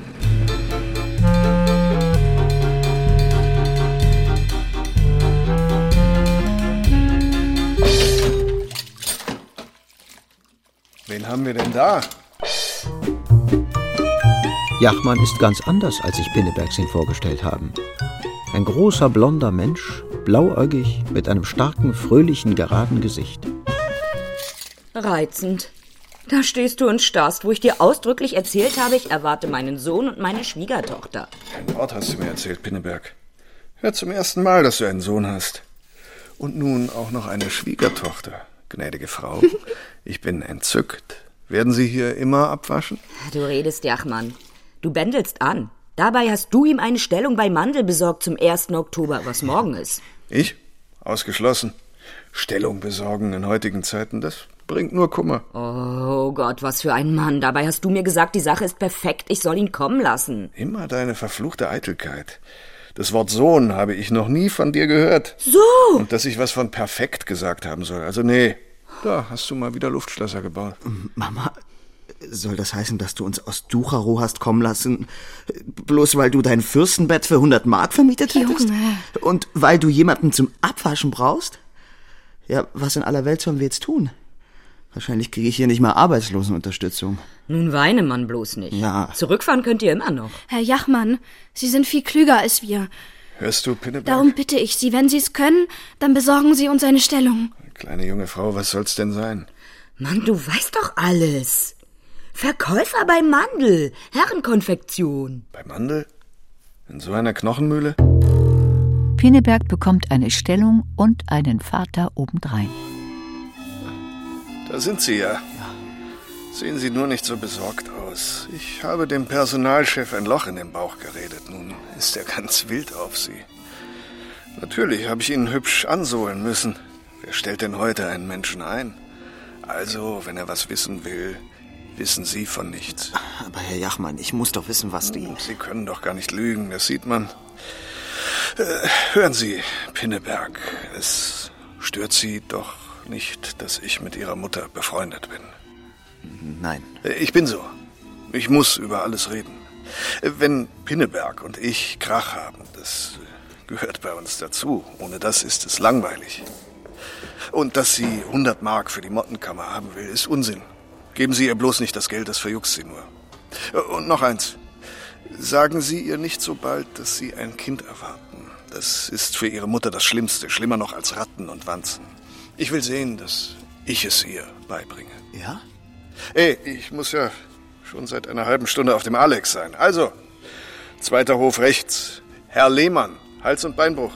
Speaker 22: Wen haben wir denn da?
Speaker 5: Jachmann ist ganz anders, als sich Pinnebergs ihn vorgestellt haben. Ein großer blonder Mensch, blauäugig, mit einem starken, fröhlichen, geraden Gesicht.
Speaker 24: Reizend. Da stehst du und starrst, wo ich dir ausdrücklich erzählt habe, ich erwarte meinen Sohn und meine Schwiegertochter.
Speaker 22: Ein Wort hast du mir erzählt, Pinneberg. Ja, zum ersten Mal, dass du einen Sohn hast. Und nun auch noch eine Schwiegertochter. Gnädige Frau, ich bin entzückt. Werden Sie hier immer abwaschen?
Speaker 24: Du redest, Jachmann. Du bändelst an. Dabei hast du ihm eine Stellung bei Mandel besorgt zum 1. Oktober, was morgen ist.
Speaker 22: Ich? Ausgeschlossen. Stellung besorgen in heutigen Zeiten, das bringt nur Kummer.
Speaker 24: Oh Gott, was für ein Mann. Dabei hast du mir gesagt, die Sache ist perfekt, ich soll ihn kommen lassen.
Speaker 22: Immer deine verfluchte Eitelkeit. Das Wort Sohn habe ich noch nie von dir gehört.
Speaker 24: So!
Speaker 22: Und dass ich was von perfekt gesagt haben soll. Also nee, da hast du mal wieder Luftschlösser gebaut.
Speaker 13: Mama,
Speaker 4: Soll das heißen, dass du uns aus Ducharo hast kommen lassen, bloß weil du dein Fürstenbett für 100 Mark vermietet hättest?
Speaker 20: Junge.
Speaker 4: Und weil du jemanden zum Abwaschen brauchst? Ja, was in aller Welt sollen wir jetzt tun? Wahrscheinlich kriege ich hier nicht mal Arbeitslosenunterstützung.
Speaker 24: Nun weine man bloß nicht.
Speaker 4: Ja.
Speaker 24: Zurückfahren könnt ihr immer noch.
Speaker 3: Herr Jachmann, Sie sind viel klüger als wir.
Speaker 22: Hörst du, Pinneberg?
Speaker 3: Darum bitte ich Sie, wenn Sie es können, dann besorgen Sie uns eine Stellung.
Speaker 22: Kleine junge Frau, was soll's denn sein?
Speaker 24: Mann, du weißt doch alles. Verkäufer bei Mandel, Herrenkonfektion.
Speaker 22: Bei Mandel? In so einer Knochenmühle?
Speaker 2: Pinneberg bekommt eine Stellung und einen Vater obendrein.
Speaker 22: Da sind Sie ja. Sehen Sie nur nicht so besorgt aus. Ich habe dem Personalchef ein Loch in den Bauch geredet. Nun ist er ganz wild auf Sie. Natürlich habe ich ihn hübsch ansohlen müssen. Wer stellt denn heute einen Menschen ein? Also, wenn er was wissen will, wissen Sie von nichts.
Speaker 4: Aber Herr Jachmann, ich muss doch wissen, was die...
Speaker 22: Sie können doch gar nicht lügen, das sieht man. Äh, hören Sie, Pinneberg, es stört Sie doch nicht, dass ich mit Ihrer Mutter befreundet bin.
Speaker 4: Nein.
Speaker 22: Ich bin so. Ich muss über alles reden. Wenn Pinneberg und ich Krach haben, das gehört bei uns dazu. Ohne das ist es langweilig. Und dass sie 100 Mark für die Mottenkammer haben will, ist Unsinn. Geben Sie ihr bloß nicht das Geld, das verjuckt sie nur. Und noch eins. Sagen Sie ihr nicht so bald, dass Sie ein Kind erwarten. Das ist für Ihre Mutter das Schlimmste, schlimmer noch als Ratten und Wanzen. Ich will sehen, dass ich es ihr beibringe.
Speaker 4: Ja?
Speaker 22: Ey, ich muss ja schon seit einer halben Stunde auf dem Alex sein. Also, zweiter Hof rechts. Herr Lehmann, Hals- und Beinbruch.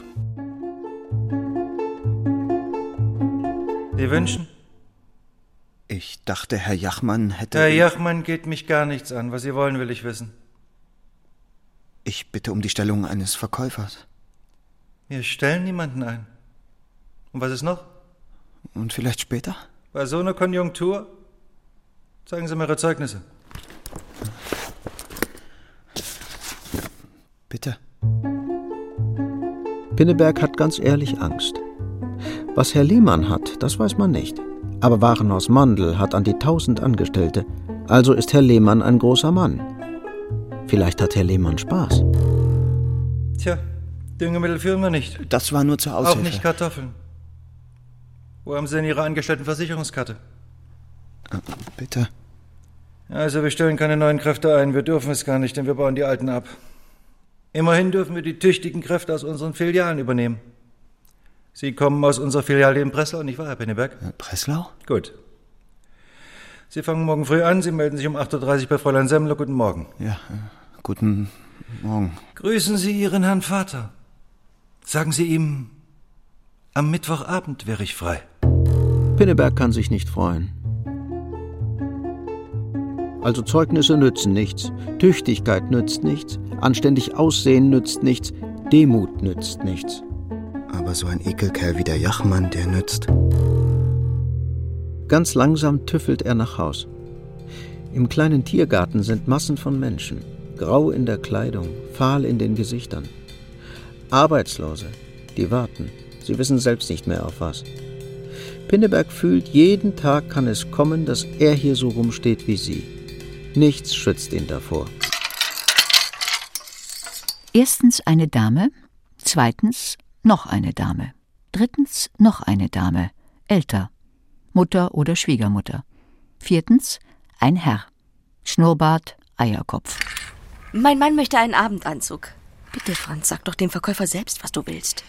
Speaker 25: Sie wünschen?
Speaker 4: Ich dachte, Herr Jachmann hätte...
Speaker 25: Herr Jachmann geht mich gar nichts an. Was Sie wollen, will ich wissen.
Speaker 4: Ich bitte um die Stellung eines Verkäufers.
Speaker 25: Wir stellen niemanden ein. Und was ist noch?
Speaker 4: Und vielleicht später?
Speaker 25: Bei so einer Konjunktur? Zeigen Sie mir Ihre Zeugnisse.
Speaker 4: Bitte.
Speaker 5: Pinneberg hat ganz ehrlich Angst. Was Herr Lehmann hat, das weiß man nicht. Aber Warenhaus Mandel hat an die tausend Angestellte. Also ist Herr Lehmann ein großer Mann. Vielleicht hat Herr Lehmann Spaß.
Speaker 25: Tja, Düngemittel führen wir nicht.
Speaker 4: Das war nur zur
Speaker 25: Auch nicht Kartoffeln. Wo haben Sie denn Ihre angestellten Versicherungskarte?
Speaker 4: Bitte.
Speaker 25: Also, wir stellen keine neuen Kräfte ein. Wir dürfen es gar nicht, denn wir bauen die alten ab. Immerhin dürfen wir die tüchtigen Kräfte aus unseren Filialen übernehmen. Sie kommen aus unserer Filiale in Breslau, nicht wahr, Herr Penneberg?
Speaker 4: Breslau?
Speaker 25: Gut. Sie fangen morgen früh an. Sie melden sich um 8.30 Uhr bei Fräulein Semmler. Guten Morgen.
Speaker 4: Ja, äh, guten Morgen.
Speaker 25: Grüßen Sie Ihren Herrn Vater. Sagen Sie ihm, am Mittwochabend wäre ich frei.
Speaker 5: Pinneberg kann sich nicht freuen. Also Zeugnisse nützen nichts, Tüchtigkeit nützt nichts, anständig Aussehen nützt nichts, Demut nützt nichts.
Speaker 4: Aber so ein Ekelkerl wie der Jachmann, der nützt.
Speaker 5: Ganz langsam tüffelt er nach Haus. Im kleinen Tiergarten sind Massen von Menschen, grau in der Kleidung, fahl in den Gesichtern. Arbeitslose, die warten, sie wissen selbst nicht mehr auf was. Pinneberg fühlt, jeden Tag kann es kommen, dass er hier so rumsteht wie sie. Nichts schützt ihn davor.
Speaker 2: Erstens eine Dame, zweitens noch eine Dame, drittens noch eine Dame, älter, Mutter oder Schwiegermutter. Viertens ein Herr, Schnurrbart, Eierkopf.
Speaker 20: Mein Mann möchte einen Abendanzug. Bitte, Franz, sag doch dem Verkäufer selbst, was du willst.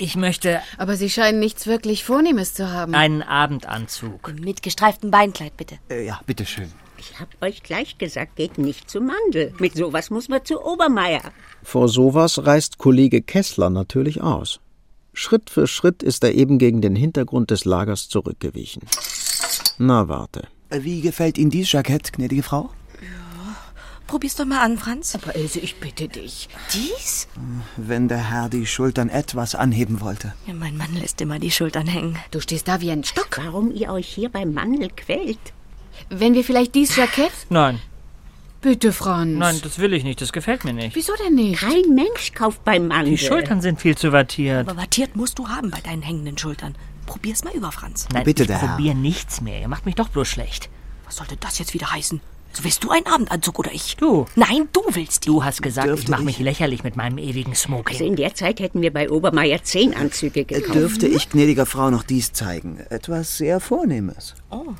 Speaker 14: Ich möchte
Speaker 8: Aber Sie scheinen nichts wirklich Vornehmes zu haben.
Speaker 14: einen Abendanzug.
Speaker 8: Mit gestreiftem Beinkleid, bitte.
Speaker 26: Äh,
Speaker 4: ja, bitteschön.
Speaker 26: Ich hab euch gleich gesagt, geht nicht zu Mandel. Mit sowas muss man zu Obermeier.
Speaker 5: Vor sowas reißt Kollege Kessler natürlich aus. Schritt für Schritt ist er eben gegen den Hintergrund des Lagers zurückgewichen. Na, warte.
Speaker 19: Wie gefällt Ihnen dies Jackett, gnädige Frau?
Speaker 20: Probier's doch mal an, Franz.
Speaker 8: Aber Ilse, ich bitte dich.
Speaker 20: Dies?
Speaker 19: Wenn der Herr die Schultern etwas anheben wollte.
Speaker 20: Ja, mein Mann lässt immer die Schultern hängen.
Speaker 8: Du stehst da wie ein Stock.
Speaker 26: Warum ihr euch hier beim Mandel quält?
Speaker 8: Wenn wir vielleicht dies Jackett?
Speaker 14: Nein,
Speaker 8: Bitte, Franz.
Speaker 14: nein, das will ich nicht. Das gefällt mir nicht.
Speaker 8: Wieso denn nicht?
Speaker 26: Kein Mensch kauft beim Mandel.
Speaker 14: Die Schultern sind viel zu wattiert.
Speaker 20: Aber wattiert musst du haben bei deinen hängenden Schultern. Probier's mal über, Franz.
Speaker 14: Nein, ich probiere nichts mehr. Ihr macht mich doch bloß schlecht.
Speaker 20: Was sollte das jetzt wieder heißen?
Speaker 27: So Also willst du einen Abendanzug oder ich?
Speaker 14: Du.
Speaker 27: Nein, du willst ihn.
Speaker 14: Du hast gesagt, ich mache mich lächerlich mit meinem ewigen
Speaker 12: Also
Speaker 14: Smoking.
Speaker 12: in der Zeit hätten wir bei Obermeier zehn Anzüge gekauft.
Speaker 5: Dürfte ich gnädiger Frau noch dies zeigen? Etwas sehr Vornehmes.
Speaker 27: Oh.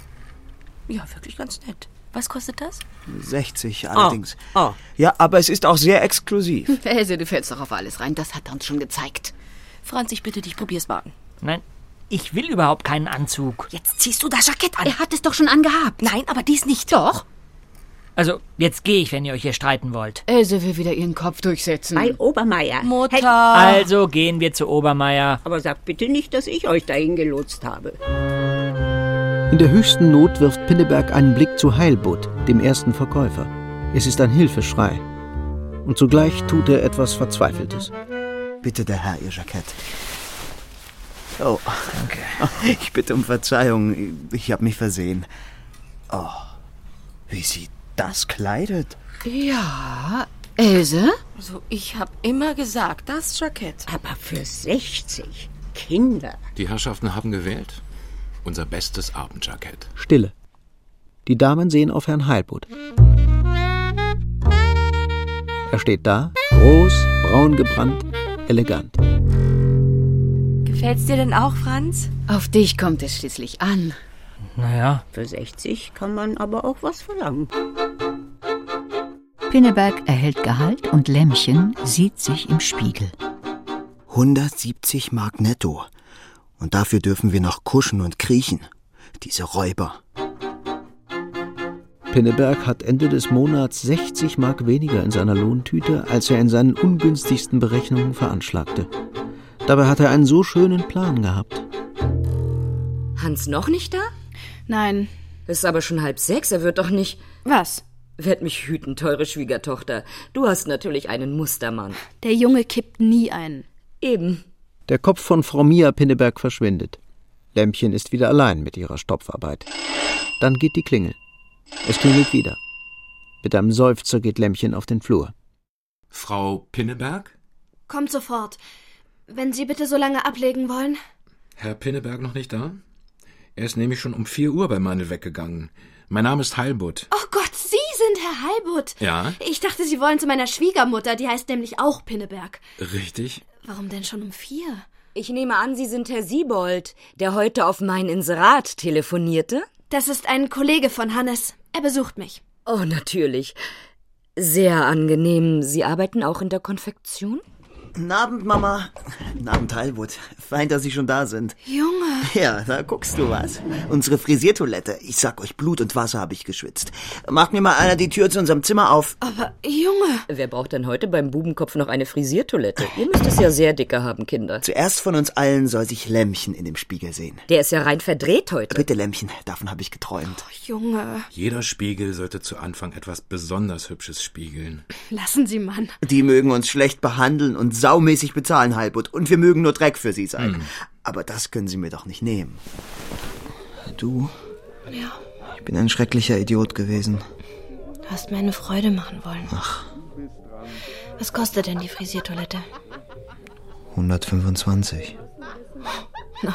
Speaker 27: Ja, wirklich ganz nett. Was kostet das?
Speaker 5: 60 allerdings.
Speaker 27: oh.
Speaker 5: Ja, aber es ist auch
Speaker 28: [LAUGHS]
Speaker 5: sehr exklusiv.
Speaker 28: Else, du fällst doch auf alles rein. Das hat er uns schon gezeigt.
Speaker 27: Franz, ich bitte dich, probier's mal an.
Speaker 14: Nein, ich will überhaupt keinen Anzug.
Speaker 27: Jetzt ziehst du das Jackett an.
Speaker 28: Er hat es doch schon angehabt.
Speaker 27: Nein, aber dies nicht. Doch.
Speaker 14: Also, jetzt gehe ich, wenn ihr euch hier streiten wollt.
Speaker 28: Else Also will wieder ihren Kopf durchsetzen.
Speaker 12: Bei Obermeier. Mutter.
Speaker 27: Ah.
Speaker 14: Also gehen wir zu Obermeier.
Speaker 12: Aber sagt bitte nicht, dass ich euch dahin gelotst habe.
Speaker 5: In der höchsten Not wirft Pinneberg einen Blick zu Heilbutt, dem ersten Verkäufer. Es ist ein Hilfeschrei. Und zugleich tut er etwas Verzweifeltes.
Speaker 4: Bitte der Herr, Ihr Jackett.
Speaker 5: Oh,
Speaker 4: danke.
Speaker 5: Ich bitte um Verzeihung, ich habe mich versehen.
Speaker 4: Oh, wie sie das kleidet.
Speaker 28: Ja, Else?
Speaker 27: Also, ich hab immer gesagt, das Jackett.
Speaker 12: Aber für 60 Kinder.
Speaker 11: Die Herrschaften haben gewählt. Unser bestes Abendjackett.
Speaker 5: Stille. Die Damen sehen auf Herrn Heilbutt. Er steht da, groß, braun gebrannt, elegant.
Speaker 27: Gefällt's dir denn auch, Franz?
Speaker 28: Auf dich kommt es schließlich an.
Speaker 14: Naja.
Speaker 12: Für 60 kann man aber auch was verlangen.
Speaker 2: Pinneberg erhält Gehalt und Lämmchen sieht sich im Spiegel.
Speaker 5: 170 Mark netto. Und dafür dürfen wir noch kuschen und kriechen. Diese Räuber. Pinneberg hat Ende des Monats 60 Mark weniger in seiner Lohntüte, als er in seinen ungünstigsten Berechnungen veranschlagte. Dabei hat er einen so schönen Plan gehabt.
Speaker 24: Hans noch nicht da?
Speaker 29: Nein.
Speaker 24: Ist aber schon halb sechs, er wird doch nicht.
Speaker 29: Was?
Speaker 24: Werd mich hüten, teure Schwiegertochter. Du hast natürlich einen Mustermann.
Speaker 29: Der Junge kippt nie ein.
Speaker 24: Eben.
Speaker 5: Der Kopf von Frau Mia Pinneberg verschwindet. Lämpchen ist wieder allein mit ihrer Stopfarbeit. Dann geht die Klingel. Es klingelt wieder. Mit einem Seufzer geht Lämpchen auf den Flur.
Speaker 11: Frau Pinneberg?
Speaker 3: Kommt sofort. Wenn Sie bitte so lange ablegen wollen.
Speaker 11: Herr Pinneberg noch nicht da? Er ist nämlich schon um 4 Uhr bei Mandel weggegangen. Mein Name ist Heilbutt.
Speaker 3: Oh Gott, Sie sind Herr Heilbutt.
Speaker 11: Ja?
Speaker 3: Ich dachte, Sie wollen zu meiner Schwiegermutter, die heißt nämlich auch Pinneberg.
Speaker 11: Richtig?
Speaker 3: Warum denn schon um vier?
Speaker 24: Ich nehme an, Sie sind Herr Siebold, der heute auf mein Inserat telefonierte?
Speaker 3: Das ist ein Kollege von Hannes. Er besucht mich.
Speaker 24: Oh, natürlich. Sehr angenehm. Sie arbeiten auch in der Konfektion?
Speaker 5: Guten Abend, Mama.
Speaker 4: Guten Abend, Heilwood. Fein, dass Sie schon da sind. [LAUGHS]
Speaker 3: Junge.
Speaker 4: Ja, da guckst du was. Unsere Frisiertoilette. Ich sag euch, Blut und Wasser habe ich geschwitzt. Macht mir mal einer die Tür zu unserem Zimmer auf.
Speaker 24: Aber,
Speaker 3: Junge.
Speaker 24: Wer braucht denn heute beim Bubenkopf noch eine Frisiertoilette? Ihr müsst es ja sehr dicke haben, Kinder.
Speaker 4: Zuerst von uns allen soll sich Lämmchen in dem Spiegel sehen.
Speaker 24: Der ist ja rein verdreht heute.
Speaker 4: Bitte, Lämmchen, davon habe ich geträumt.
Speaker 3: Junge.
Speaker 11: Jeder Spiegel sollte zu Anfang etwas besonders Hübsches spiegeln.
Speaker 3: Lassen Sie Mann.
Speaker 4: Die mögen uns schlecht behandeln und saumäßig bezahlen, Halbut. Und wir mögen nur Dreck für sie sein.
Speaker 11: Hm.
Speaker 4: Aber das können sie mir doch nicht nehmen.
Speaker 5: Du,
Speaker 3: Ja,
Speaker 5: ich bin ein schrecklicher Idiot gewesen.
Speaker 3: du hast mir eine Freude machen wollen.
Speaker 5: Ach.
Speaker 3: Was kostet denn die Frisiertoilette?
Speaker 5: 125.
Speaker 3: Na,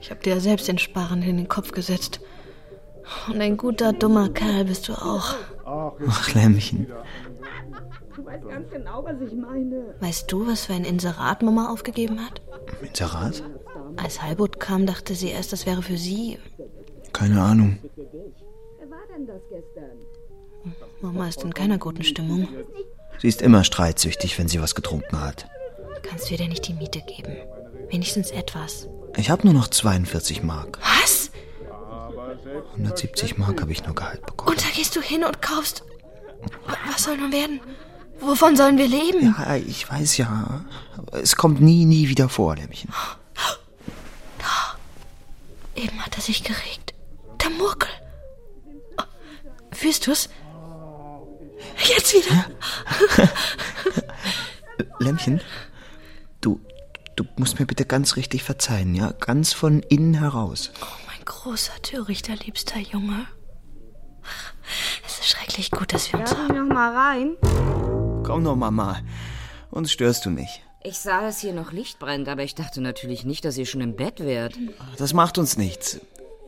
Speaker 3: ich hab dir ja selbst den Sparen in den Kopf gesetzt. Und ein guter, dummer Kerl bist du auch.
Speaker 5: Ach, Lämmchen.
Speaker 12: Du weißt ganz genau, was ich meine.
Speaker 3: Weißt du, was für ein Inserat Mama aufgegeben hat?
Speaker 5: Inserat?
Speaker 3: Als Halbut kam, dachte sie erst, das wäre für sie.
Speaker 5: Keine Ahnung.
Speaker 12: Wer war denn das gestern?
Speaker 3: Mama ist in keiner guten Stimmung.
Speaker 5: Sie ist immer streitsüchtig, wenn sie was getrunken hat.
Speaker 3: Kannst du ihr denn nicht die Miete geben? Wenigstens etwas.
Speaker 5: Ich habe nur noch 42 Mark.
Speaker 3: Was?
Speaker 5: 170 Mark habe ich nur gehalten.
Speaker 3: Und da gehst du hin und kaufst. Wa- Was soll nun werden? Wovon sollen wir leben?
Speaker 5: Ja, Ah, ich weiß ja. Aber Es kommt nie, nie wieder vor, Lämmchen.
Speaker 3: Eben hat er sich geregt. Der Murkel. Oh, fühlst du's? Jetzt wieder.
Speaker 5: Äh, Lämmchen, du, du musst mir bitte ganz richtig verzeihen, ja? Ganz von innen heraus.
Speaker 3: [LAUGHS] Mein großer, törichter, liebster Junge. Es ist schrecklich gut, dass wir uns haben.
Speaker 24: Noch mal rein.
Speaker 5: Komm doch, Mama. Uns störst du nicht.
Speaker 24: Ich sah, dass hier noch Licht brennt, aber ich dachte natürlich nicht, dass ihr schon im Bett wärt.
Speaker 5: Das macht uns nichts.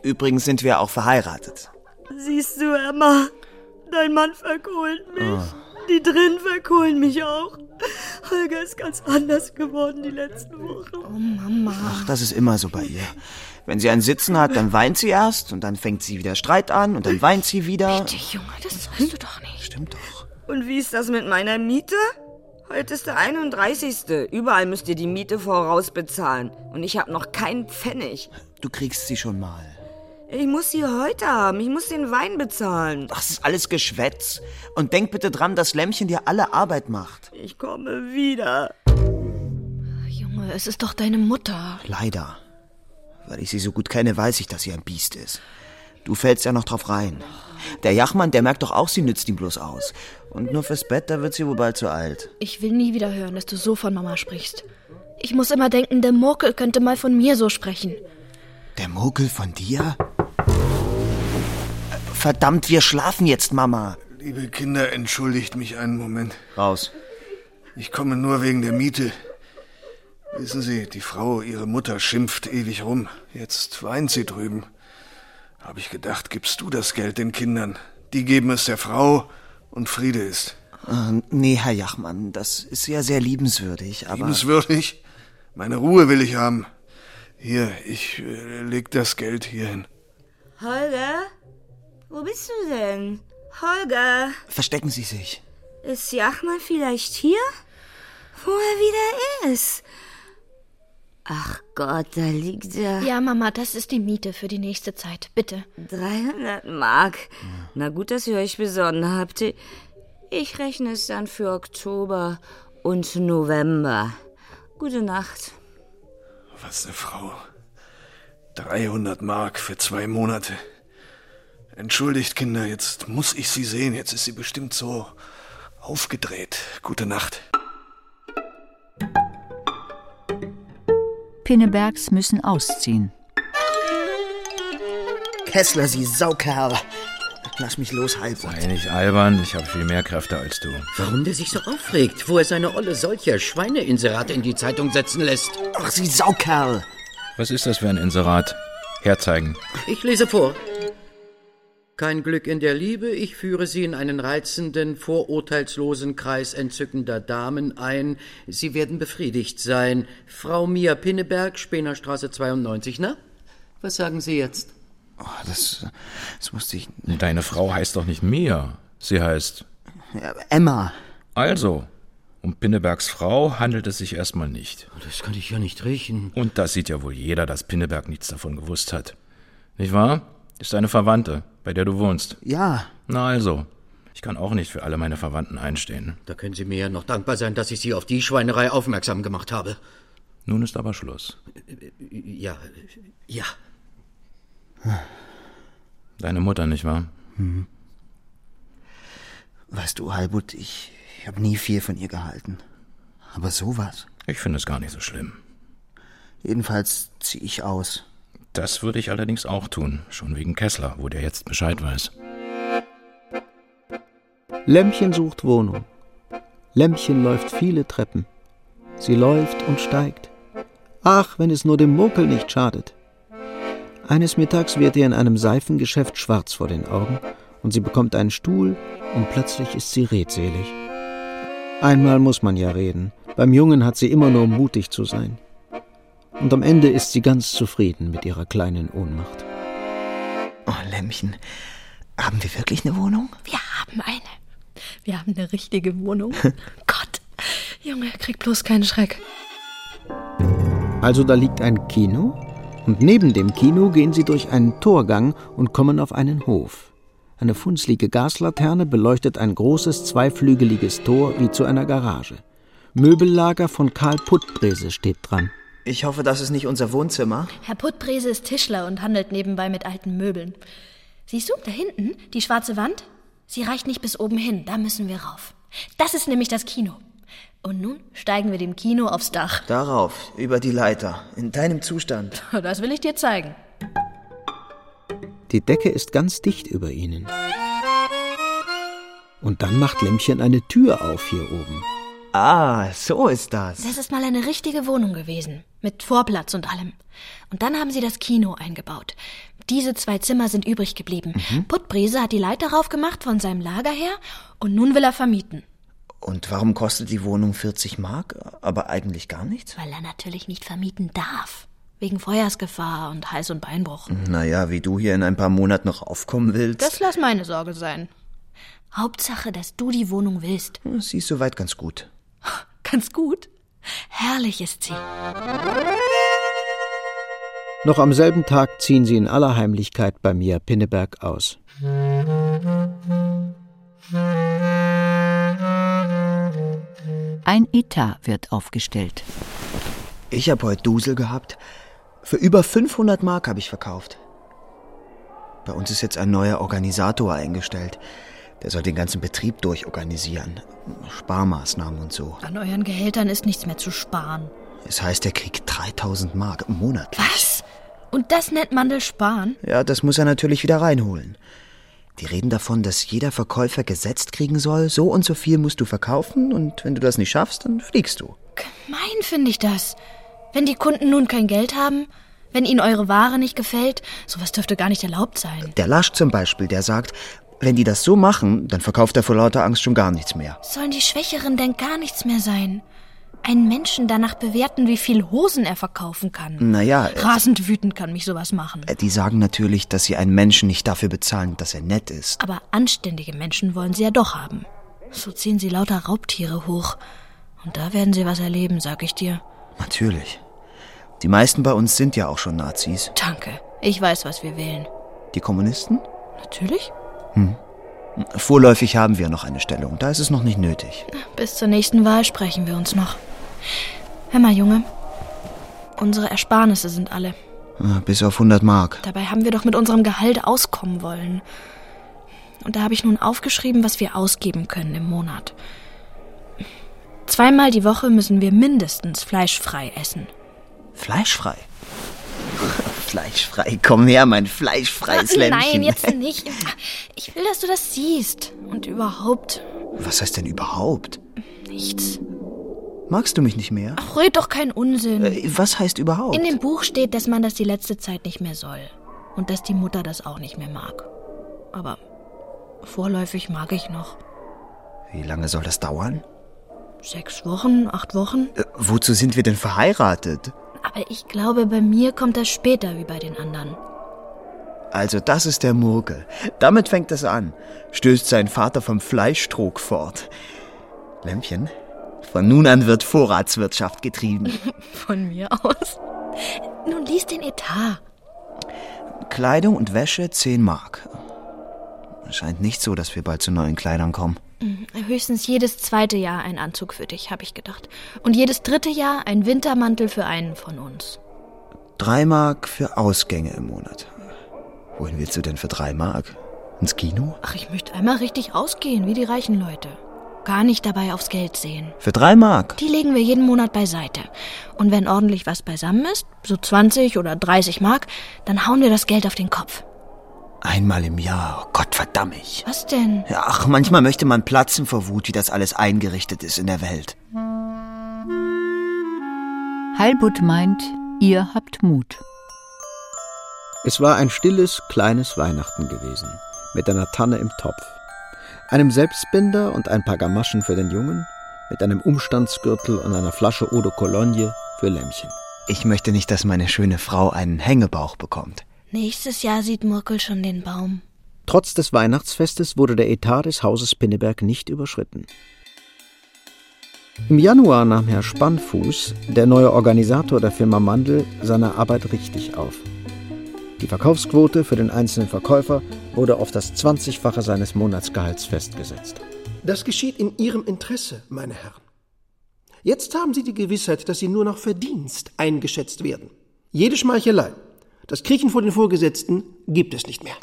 Speaker 5: Übrigens sind wir auch verheiratet.
Speaker 24: Siehst du, Emma?
Speaker 30: Dein Mann verkohlt mich. Die drin verkohlen mich auch. Holger ist ganz anders geworden die letzten Wochen. Oh Mama.
Speaker 4: Ach,
Speaker 31: das ist immer so bei ihr.
Speaker 4: Wenn sie einen Sitzen hat, dann weint sie erst und dann fängt sie wieder Streit an und dann weint sie wieder.
Speaker 3: Bitte, Junge, das sollst du doch nicht.
Speaker 4: Stimmt doch.
Speaker 24: Und wie ist das mit meiner Miete? Heute ist der 31. Überall müsst ihr die Miete vorausbezahlen. Und ich habe noch keinen Pfennig.
Speaker 4: Du kriegst sie schon mal.
Speaker 24: Ich muss sie heute haben. Ich muss den Wein bezahlen.
Speaker 4: Das ist alles Geschwätz. Und denk bitte dran, dass Lämmchen dir alle Arbeit macht.
Speaker 24: Ich komme wieder.
Speaker 3: Junge, es ist doch deine Mutter.
Speaker 4: Leider. Weil ich sie so gut kenne, weiß ich, dass sie ein Biest ist. Du fällst ja noch drauf rein. Der Jachmann, der merkt doch auch, sie nützt ihm bloß aus. Und nur fürs Bett, da wird sie wohl bald zu alt.
Speaker 3: Ich will nie wieder hören, dass du so von Mama sprichst. Ich muss immer denken, der Murkel könnte mal von mir so sprechen.
Speaker 4: Der Murkel von dir? Äh, Verdammt, wir schlafen jetzt, Mama.
Speaker 22: Liebe Kinder, entschuldigt mich einen Moment.
Speaker 4: Raus.
Speaker 22: Ich komme nur wegen der Miete. Wissen Sie, die Frau, ihre Mutter, schimpft ewig rum. Jetzt weint sie drüben. Hab ich gedacht, gibst du das Geld den Kindern. Die geben es der Frau und Friede ist.
Speaker 4: Äh, nee, Herr Jachmann, das ist ja sehr liebenswürdig, aber.
Speaker 22: Liebenswürdig? Meine Ruhe will ich haben. Hier, ich äh, leg das Geld hier hin.
Speaker 24: Holger? Wo bist du denn? Holger,
Speaker 4: Verstecken Sie sich.
Speaker 24: ist Jachmann vielleicht hier? Wo er wieder ist? Ach Gott, da liegt er.
Speaker 3: Ja, Mama, das ist die Miete für die nächste Zeit. Bitte.
Speaker 24: 300 Mark. Na gut, dass ihr euch besonnen habt. Ich rechne es dann für Oktober und November. Gute Nacht.
Speaker 22: Was eine Frau. 300 Mark für zwei Monate. Entschuldigt, Kinder, jetzt muss ich sie sehen. Jetzt ist sie bestimmt so aufgedreht. Gute Nacht.
Speaker 2: Pinnebergs müssen ausziehen.
Speaker 4: Kessler, Sie Saukerl. Lass mich los, Halbwort.
Speaker 11: Sei nicht albern, ich habe viel mehr Kräfte als du.
Speaker 6: Warum der sich so aufregt, wo er seine Olle solcher Schweineinserate in die Zeitung setzen lässt.
Speaker 4: Ach, Sie Saukerl.
Speaker 11: Was ist das für ein Inserat? Herzeigen.
Speaker 6: Ich lese vor. Kein Glück in der Liebe, ich führe Sie in einen reizenden, vorurteilslosen Kreis entzückender Damen ein. Sie werden befriedigt sein. Frau Mia Pinneberg, Spenerstraße 92, na? Was sagen Sie jetzt?
Speaker 11: Ah,
Speaker 4: das, das wusste ich.
Speaker 11: Deine Frau heißt doch nicht Mia. Sie heißt.
Speaker 4: Emma.
Speaker 11: Also, um Pinnebergs Frau handelt es sich erstmal nicht.
Speaker 6: Oh, Das kann ich ja nicht riechen.
Speaker 11: Und das sieht ja wohl jeder, dass Pinneberg nichts davon gewusst hat. Nicht wahr? Ist eine Verwandte, bei der du wohnst.
Speaker 4: Ja.
Speaker 11: Na also. Ich kann auch nicht für alle meine Verwandten einstehen.
Speaker 6: Da können Sie mir ja noch dankbar sein, dass ich Sie auf die Schweinerei aufmerksam gemacht habe.
Speaker 11: Nun ist aber Schluss.
Speaker 6: Ja, ja.
Speaker 11: Deine Mutter, nicht wahr?
Speaker 4: Hm. Weißt du, Halbut, ich, ich habe nie viel von ihr gehalten. Aber sowas.
Speaker 11: Ich finde es gar nicht so schlimm.
Speaker 4: Jedenfalls ziehe ich aus.
Speaker 11: Das würde ich allerdings auch tun, schon wegen Kessler, wo der jetzt Bescheid weiß.
Speaker 5: Lämmchen sucht Wohnung. Lämmchen läuft viele Treppen. Sie läuft und steigt. Ach, wenn es nur dem Murkel nicht schadet. Eines Mittags wird ihr in einem Seifengeschäft schwarz vor den Augen und sie bekommt einen Stuhl und plötzlich ist sie redselig. Einmal muss man ja reden. Beim Jungen hat sie immer nur mutig zu sein. Und am Ende ist sie ganz zufrieden mit ihrer kleinen Ohnmacht.
Speaker 4: Oh, Lämmchen. Haben wir wirklich eine Wohnung?
Speaker 3: Wir haben eine. Wir haben eine richtige Wohnung. Gott. Junge, krieg bloß keinen Schreck.
Speaker 5: Also da liegt ein Kino und neben dem Kino gehen sie durch einen Torgang und kommen auf einen Hof. Eine funzlige Gaslaterne beleuchtet ein großes zweiflügeliges Tor wie zu einer Garage. Möbellager von Karl Puttbrese steht dran.
Speaker 4: Ich hoffe, das ist nicht unser Wohnzimmer.
Speaker 3: Herr Puttbrese ist Tischler und handelt nebenbei mit alten Möbeln. Siehst du, da hinten, die schwarze Wand? Sie reicht nicht bis oben hin, da müssen wir rauf. Das ist nämlich das Kino. Und nun steigen wir dem Kino aufs Dach.
Speaker 4: Darauf, über die Leiter, in deinem Zustand.
Speaker 3: [LAUGHS] Das will ich dir zeigen.
Speaker 5: Die Decke ist ganz dicht über ihnen. Und dann macht Lämmchen eine Tür auf hier oben.
Speaker 4: Ah, so ist das.
Speaker 3: Das ist mal eine richtige Wohnung gewesen. Mit Vorplatz und allem. Und dann haben sie das Kino eingebaut. Diese zwei Zimmer sind übrig geblieben. Puttbrise hat die Leiter raufgemacht von seinem Lager her und nun will er vermieten.
Speaker 4: Und warum kostet die Wohnung 40 Mark, aber eigentlich gar nichts?
Speaker 3: Weil er natürlich nicht vermieten darf. Wegen Feuersgefahr und Hals- und Beinbruch.
Speaker 4: Naja, wie du hier in ein paar Monaten noch aufkommen willst.
Speaker 3: Das lass meine Sorge sein. Hauptsache, dass du die Wohnung willst.
Speaker 4: Sie ist soweit ganz gut.
Speaker 3: Ganz gut. Herrlich ist sie.
Speaker 4: Noch am selben Tag ziehen sie in aller Heimlichkeit bei mir Pinneberg aus.
Speaker 2: Ein Etat wird aufgestellt.
Speaker 4: Ich habe heute Dusel gehabt. Für über 500 Mark habe ich verkauft. Bei uns ist jetzt ein neuer Organisator eingestellt. Der soll den ganzen Betrieb durchorganisieren. Sparmaßnahmen und so.
Speaker 3: An euren Gehältern ist nichts mehr zu sparen.
Speaker 4: Es heißt, er kriegt 3000 Mark im Monat.
Speaker 3: Was? Und das nennt Mandel sparen?
Speaker 4: Ja, das muss er natürlich wieder reinholen. Die reden davon, dass jeder Verkäufer gesetzt kriegen soll, so und so viel musst du verkaufen und wenn du das nicht schaffst, dann fliegst du.
Speaker 3: Mein finde ich das. Wenn die Kunden nun kein Geld haben, wenn ihnen eure Ware nicht gefällt, sowas dürfte gar nicht erlaubt sein.
Speaker 4: Der Lasch zum Beispiel, der sagt, wenn die das so machen, dann verkauft er vor lauter Angst schon gar nichts mehr.
Speaker 3: Sollen die Schwächeren denn gar nichts mehr sein? Einen Menschen danach bewerten, wie viel Hosen er verkaufen kann.
Speaker 4: Naja, äh,
Speaker 3: Rasend wütend kann mich sowas machen.
Speaker 4: die sagen natürlich, dass sie einen Menschen nicht dafür bezahlen, dass er nett ist.
Speaker 3: Aber anständige Menschen wollen sie ja doch haben. So ziehen sie lauter Raubtiere hoch. Und da werden sie was erleben, sag ich dir.
Speaker 4: Natürlich. Die meisten bei uns sind ja auch schon Nazis.
Speaker 3: Danke. Ich weiß, was wir wählen.
Speaker 4: Die Kommunisten?
Speaker 3: Natürlich.
Speaker 4: Hm. Vorläufig haben wir noch eine Stellung, da ist es noch nicht nötig.
Speaker 3: Bis zur nächsten Wahl sprechen wir uns noch. Hör mal, Junge. Unsere Ersparnisse sind alle.
Speaker 4: Äh, Bis auf 100 Mark.
Speaker 3: Dabei haben wir doch mit unserem Gehalt auskommen wollen. Und da habe ich nun aufgeschrieben, was wir ausgeben können im Monat. Zweimal die Woche müssen wir mindestens fleischfrei essen.
Speaker 4: Fleischfrei. [LAUGHS] Fleischfrei, komm her, mein fleischfreies
Speaker 3: Ah,
Speaker 4: Lämmchen.
Speaker 3: [LAUGHS] Nein, jetzt nicht. Ich will, dass du das siehst. Und überhaupt
Speaker 4: Was heißt denn überhaupt?
Speaker 3: nichts.
Speaker 4: Magst du mich nicht mehr?
Speaker 3: Rührt doch keinen Unsinn.
Speaker 4: Äh, Was heißt überhaupt?
Speaker 3: In dem Buch steht, dass man das die letzte Zeit nicht mehr soll. Und dass die Mutter das auch nicht mehr mag. Aber vorläufig mag ich noch.
Speaker 4: Wie lange soll das dauern?
Speaker 3: Sechs Wochen, acht Wochen.
Speaker 4: Äh, wozu sind wir denn verheiratet?
Speaker 3: Aber ich glaube, bei mir kommt das später wie bei den anderen.
Speaker 4: Also das ist der Murkel. Damit fängt es an. Stößt sein Vater vom Fleischtrog fort. Lämpchen, von nun an wird Vorratswirtschaft getrieben.
Speaker 3: [LAUGHS] Von mir aus. Nun lies den Etat.
Speaker 4: Kleidung und Wäsche 10 Mark. Scheint nicht so, dass wir bald zu neuen Kleidern kommen.
Speaker 3: Mhm, Höchstens jedes zweite Jahr ein Anzug für dich, habe ich gedacht. Und jedes dritte Jahr ein Wintermantel für einen von uns.
Speaker 4: 3 Mark für Ausgänge im Monat. Wohin willst du denn für 3 Mark? Ins Kino?
Speaker 3: Ach, ich möchte einmal richtig ausgehen, wie die reichen Leute. Gar nicht dabei aufs Geld sehen.
Speaker 4: Für 3 Mark?
Speaker 3: Die legen wir jeden Monat beiseite. Und wenn ordentlich was beisammen ist, so 20 oder 30 Mark, dann hauen wir das Geld auf den Kopf.
Speaker 4: Einmal im Jahr. Oh Gott, verdamm ich.
Speaker 3: Was denn?
Speaker 4: Ja, Ach, manchmal möchte man platzen vor Wut, wie das alles eingerichtet ist in der Welt.
Speaker 2: Heilbutt meint, ihr habt Mut.
Speaker 4: Es war ein stilles, kleines Weihnachten gewesen, mit einer Tanne im Topf, einem Selbstbinder und ein paar Gamaschen für den Jungen, mit einem Umstandsgürtel und einer Flasche Eau de Cologne für Lämmchen. Ich möchte nicht, dass meine schöne Frau einen Hängebauch bekommt.
Speaker 3: Nächstes Jahr sieht Murkel schon den Baum.
Speaker 4: Trotz des Weihnachtsfestes wurde der Etat des Hauses Pinneberg nicht überschritten. Im Januar nahm Herr Spannfuß, der neue Organisator der Firma Mandel, seine Arbeit richtig auf. Die Verkaufsquote für den einzelnen Verkäufer wurde auf das 20-fache seines Monatsgehalts festgesetzt.
Speaker 10: Das geschieht in Ihrem Interesse, meine Herren. Jetzt haben Sie die Gewissheit, dass Sie nur nach Verdienst eingeschätzt werden. Jede Schmeichelei, das Kriechen vor den Vorgesetzten gibt es nicht mehr.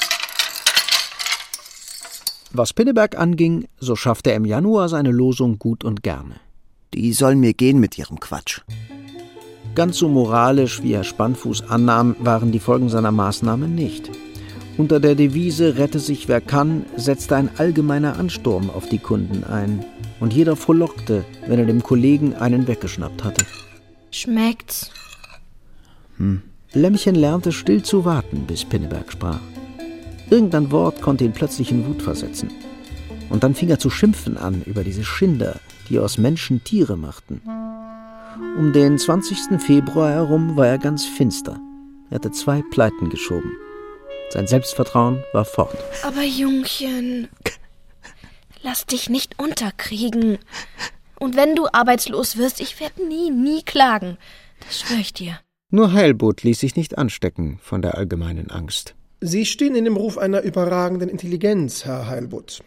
Speaker 4: Was Pinneberg anging, so schaffte er im Januar seine Losung gut und gerne. Die sollen mir gehen mit ihrem Quatsch. Ganz so moralisch, wie Herr Spannfuß annahm, waren die Folgen seiner Maßnahme nicht. Unter der Devise Rette sich wer kann, setzte ein allgemeiner Ansturm auf die Kunden ein. Und jeder frohlockte, wenn er dem Kollegen einen weggeschnappt hatte.
Speaker 3: Schmeckt's?
Speaker 4: Hm,
Speaker 5: Lämmchen lernte still zu warten, bis Pinneberg sprach. Irgendein Wort konnte ihn plötzlich in Wut versetzen. Und dann fing er zu schimpfen an über diese Schinder, die aus Menschen Tiere machten. Um den 20. Februar herum war er ganz finster. Er hatte zwei Pleiten geschoben. Sein Selbstvertrauen war fort.
Speaker 3: Aber Jungchen, lass dich nicht unterkriegen. Und wenn du arbeitslos wirst, ich werde nie, nie klagen. Das schwöre ich dir.
Speaker 5: Nur Heilbot ließ sich nicht anstecken von der allgemeinen Angst.
Speaker 10: Sie stehen in dem Ruf einer überragenden Intelligenz, Herr Heilbutt.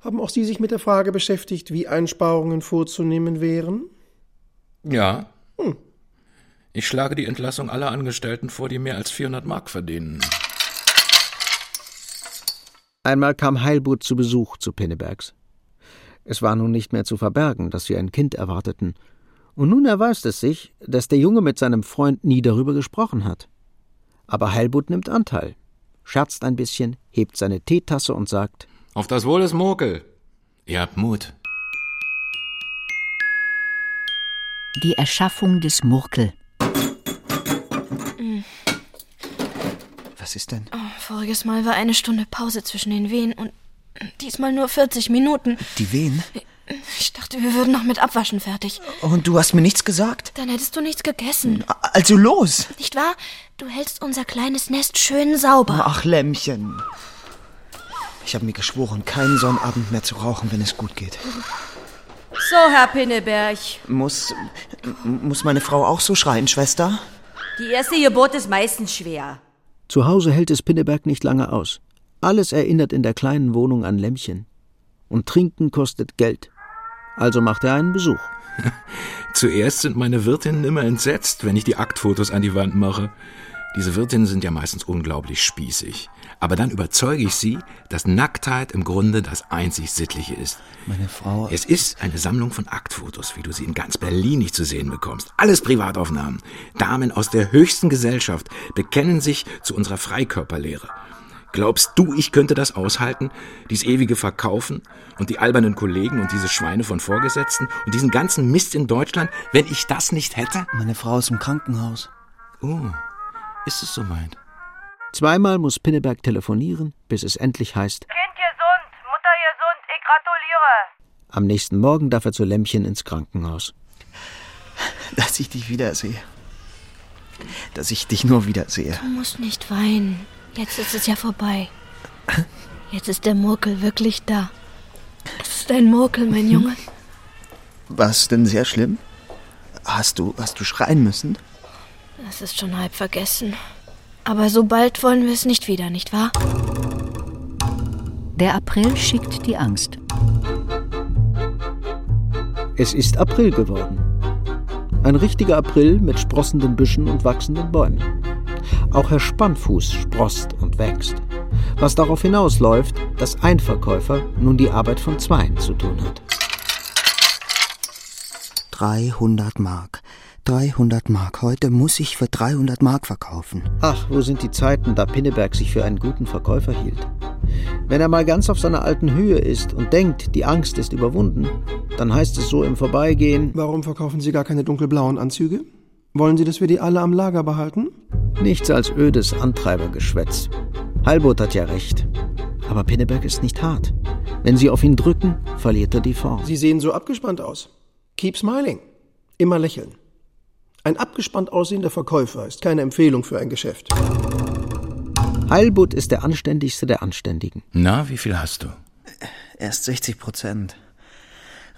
Speaker 10: Haben auch Sie sich mit der Frage beschäftigt, wie Einsparungen vorzunehmen wären?
Speaker 11: Ja.
Speaker 4: Hm.
Speaker 11: Ich schlage die Entlassung aller Angestellten vor, die mehr als 400 Mark verdienen.
Speaker 5: Einmal kam Heilbut zu Besuch zu Pinnebergs. Es war nun nicht mehr zu verbergen, dass sie ein Kind erwarteten. Und nun erweist es sich, dass der Junge mit seinem Freund nie darüber gesprochen hat. Aber Heilbut nimmt Anteil, scherzt ein bisschen, hebt seine Teetasse und sagt:
Speaker 11: Auf das Wohl des Mokel. Ihr habt Mut.
Speaker 2: Die Erschaffung des Murkel.
Speaker 5: Was ist denn?
Speaker 3: Mm. Oh, voriges Mal war eine Stunde Pause zwischen den Wehen und diesmal nur 40 Minuten.
Speaker 19: Die Wehen? Oh,
Speaker 3: Ich dachte, wir würden noch mit Abwaschen fertig.
Speaker 19: Und du hast mir nichts gesagt?
Speaker 3: Dann hättest du nichts gegessen.
Speaker 19: Also los!
Speaker 3: Nicht wahr? Du hältst unser kleines Nest schön sauber.
Speaker 19: Ach, Lämmchen. Ich habe mir geschworen, keinen Sonnabend mehr zu rauchen, wenn es gut geht.
Speaker 15: So, Herr Pinneberg,
Speaker 19: Muss, muss meine Frau auch so schreien, Schwester?
Speaker 15: die erste Geburt ist meistens schwer.
Speaker 5: Zu Hause hält es Pinneberg nicht lange aus. Alles erinnert in der kleinen Wohnung an Lämmchen. Und Trinken kostet Geld. Also macht er einen Besuch.
Speaker 11: [LAUGHS] Zuerst sind meine Wirtinnen immer entsetzt, wenn ich die Aktfotos an die Wand mache. Diese Wirtinnen sind ja meistens unglaublich spießig. Aber dann überzeuge ich sie, dass Nacktheit im Grunde das einzig Sittliche ist.
Speaker 19: Meine Frau.
Speaker 11: Es ist eine Sammlung von Aktfotos, wie du sie in ganz Berlin nicht zu sehen bekommst. Alles Privataufnahmen. Damen aus der höchsten Gesellschaft bekennen sich zu unserer Freikörperlehre. Glaubst du, ich könnte das aushalten? Dies ewige Verkaufen und die albernen Kollegen und diese Schweine von Vorgesetzten und diesen ganzen Mist in Deutschland, wenn ich das nicht hätte?
Speaker 19: Meine Frau ist im Krankenhaus.
Speaker 11: Oh, ist es soweit?
Speaker 5: Zweimal muss Pinneberg telefonieren, bis es endlich heißt.
Speaker 17: Kind gesund, Mutter gesund, ich gratuliere.
Speaker 5: Am nächsten Morgen darf er zu Lämmchen ins Krankenhaus.
Speaker 19: Dass ich dich wiedersehe. Dass ich dich nur wiedersehe.
Speaker 3: Du musst nicht weinen. Jetzt ist es ja vorbei. Jetzt ist der Murkel wirklich da. Es ist ein Murkel, mein Junge.
Speaker 19: War es denn sehr schlimm? Hast du, hast du schreien müssen?
Speaker 3: Das ist schon halb vergessen. Aber so bald wollen wir es nicht wieder, nicht wahr?
Speaker 2: Der April schickt die Angst.
Speaker 5: Es ist April geworden. Ein richtiger April mit sprossenden Büschen und wachsenden Bäumen. Auch Herr Spannfuß sproßt und wächst. Was darauf hinausläuft, dass ein Verkäufer nun die Arbeit von zweien zu tun hat.
Speaker 19: 300 Mark. 300 Mark. Heute muss ich für 300 Mark verkaufen.
Speaker 5: Ach, wo sind die Zeiten, da Pinneberg sich für einen guten Verkäufer hielt. Wenn er mal ganz auf seiner alten Höhe ist und denkt, die Angst ist überwunden, dann heißt es so im Vorbeigehen,
Speaker 10: Warum verkaufen Sie gar keine dunkelblauen Anzüge? Wollen Sie, dass wir die alle am Lager behalten?
Speaker 5: nichts als ödes Antreibergeschwätz. Heilbut hat ja recht. Aber Pinneberg ist nicht hart. Wenn sie auf ihn drücken, verliert er die Form.
Speaker 10: Sie sehen so abgespannt aus. Keep smiling. Immer lächeln. Ein abgespannt aussehender Verkäufer ist keine Empfehlung für ein Geschäft.
Speaker 5: Heilbutt ist der anständigste der Anständigen.
Speaker 11: Na, wie viel hast du?
Speaker 19: Erst 60 Prozent.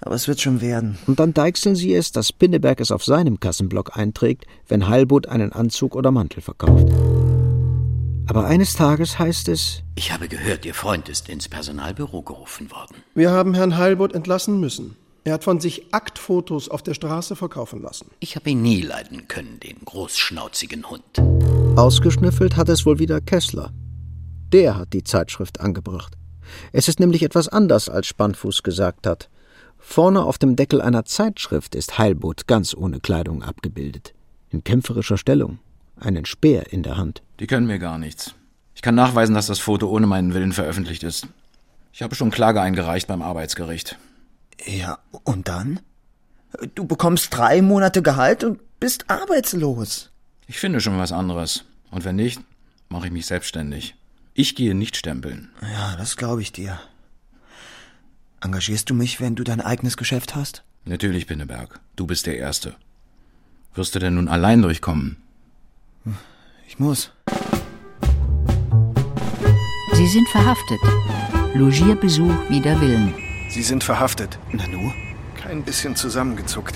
Speaker 19: Aber es wird schon werden.
Speaker 5: Und dann deichseln sie es, dass Pinneberg es auf seinem Kassenblock einträgt, wenn Heilbutt einen Anzug oder Mantel verkauft. Aber eines Tages heißt es,
Speaker 18: Ich habe gehört, Ihr Freund ist ins Personalbüro gerufen worden.
Speaker 10: Wir haben Herrn Heilbutt entlassen müssen. Er hat von sich Aktfotos auf der Straße verkaufen lassen.
Speaker 18: Ich habe ihn nie leiden können, den großschnauzigen Hund.
Speaker 5: Ausgeschnüffelt hat es wohl wieder Kessler. Der hat die Zeitschrift angebracht. Es ist nämlich etwas anders, als Spannfuß gesagt hat. Vorne auf dem Deckel einer Zeitschrift ist Heilbot ganz ohne Kleidung abgebildet. In kämpferischer Stellung, einen Speer in der Hand.
Speaker 11: Die können mir gar nichts. Ich kann nachweisen, dass das Foto ohne meinen Willen veröffentlicht ist. Ich habe schon Klage eingereicht beim Arbeitsgericht.
Speaker 19: Ja, und dann? Du bekommst drei Monate Gehalt und bist arbeitslos.
Speaker 11: Ich finde schon was anderes. Und wenn nicht, mache ich mich selbstständig. Ich gehe nicht stempeln.
Speaker 5: Ja, das glaube ich dir. Engagierst du mich, wenn du dein eigenes Geschäft hast?
Speaker 11: Natürlich, Pinneberg. Du bist der Erste. Wirst du denn nun allein durchkommen?
Speaker 5: Ich muss.
Speaker 2: Sie sind verhaftet. Logierbesuch wider Willen.
Speaker 22: Sie sind verhaftet.
Speaker 5: Nanu?
Speaker 22: Kein bisschen zusammengezuckt.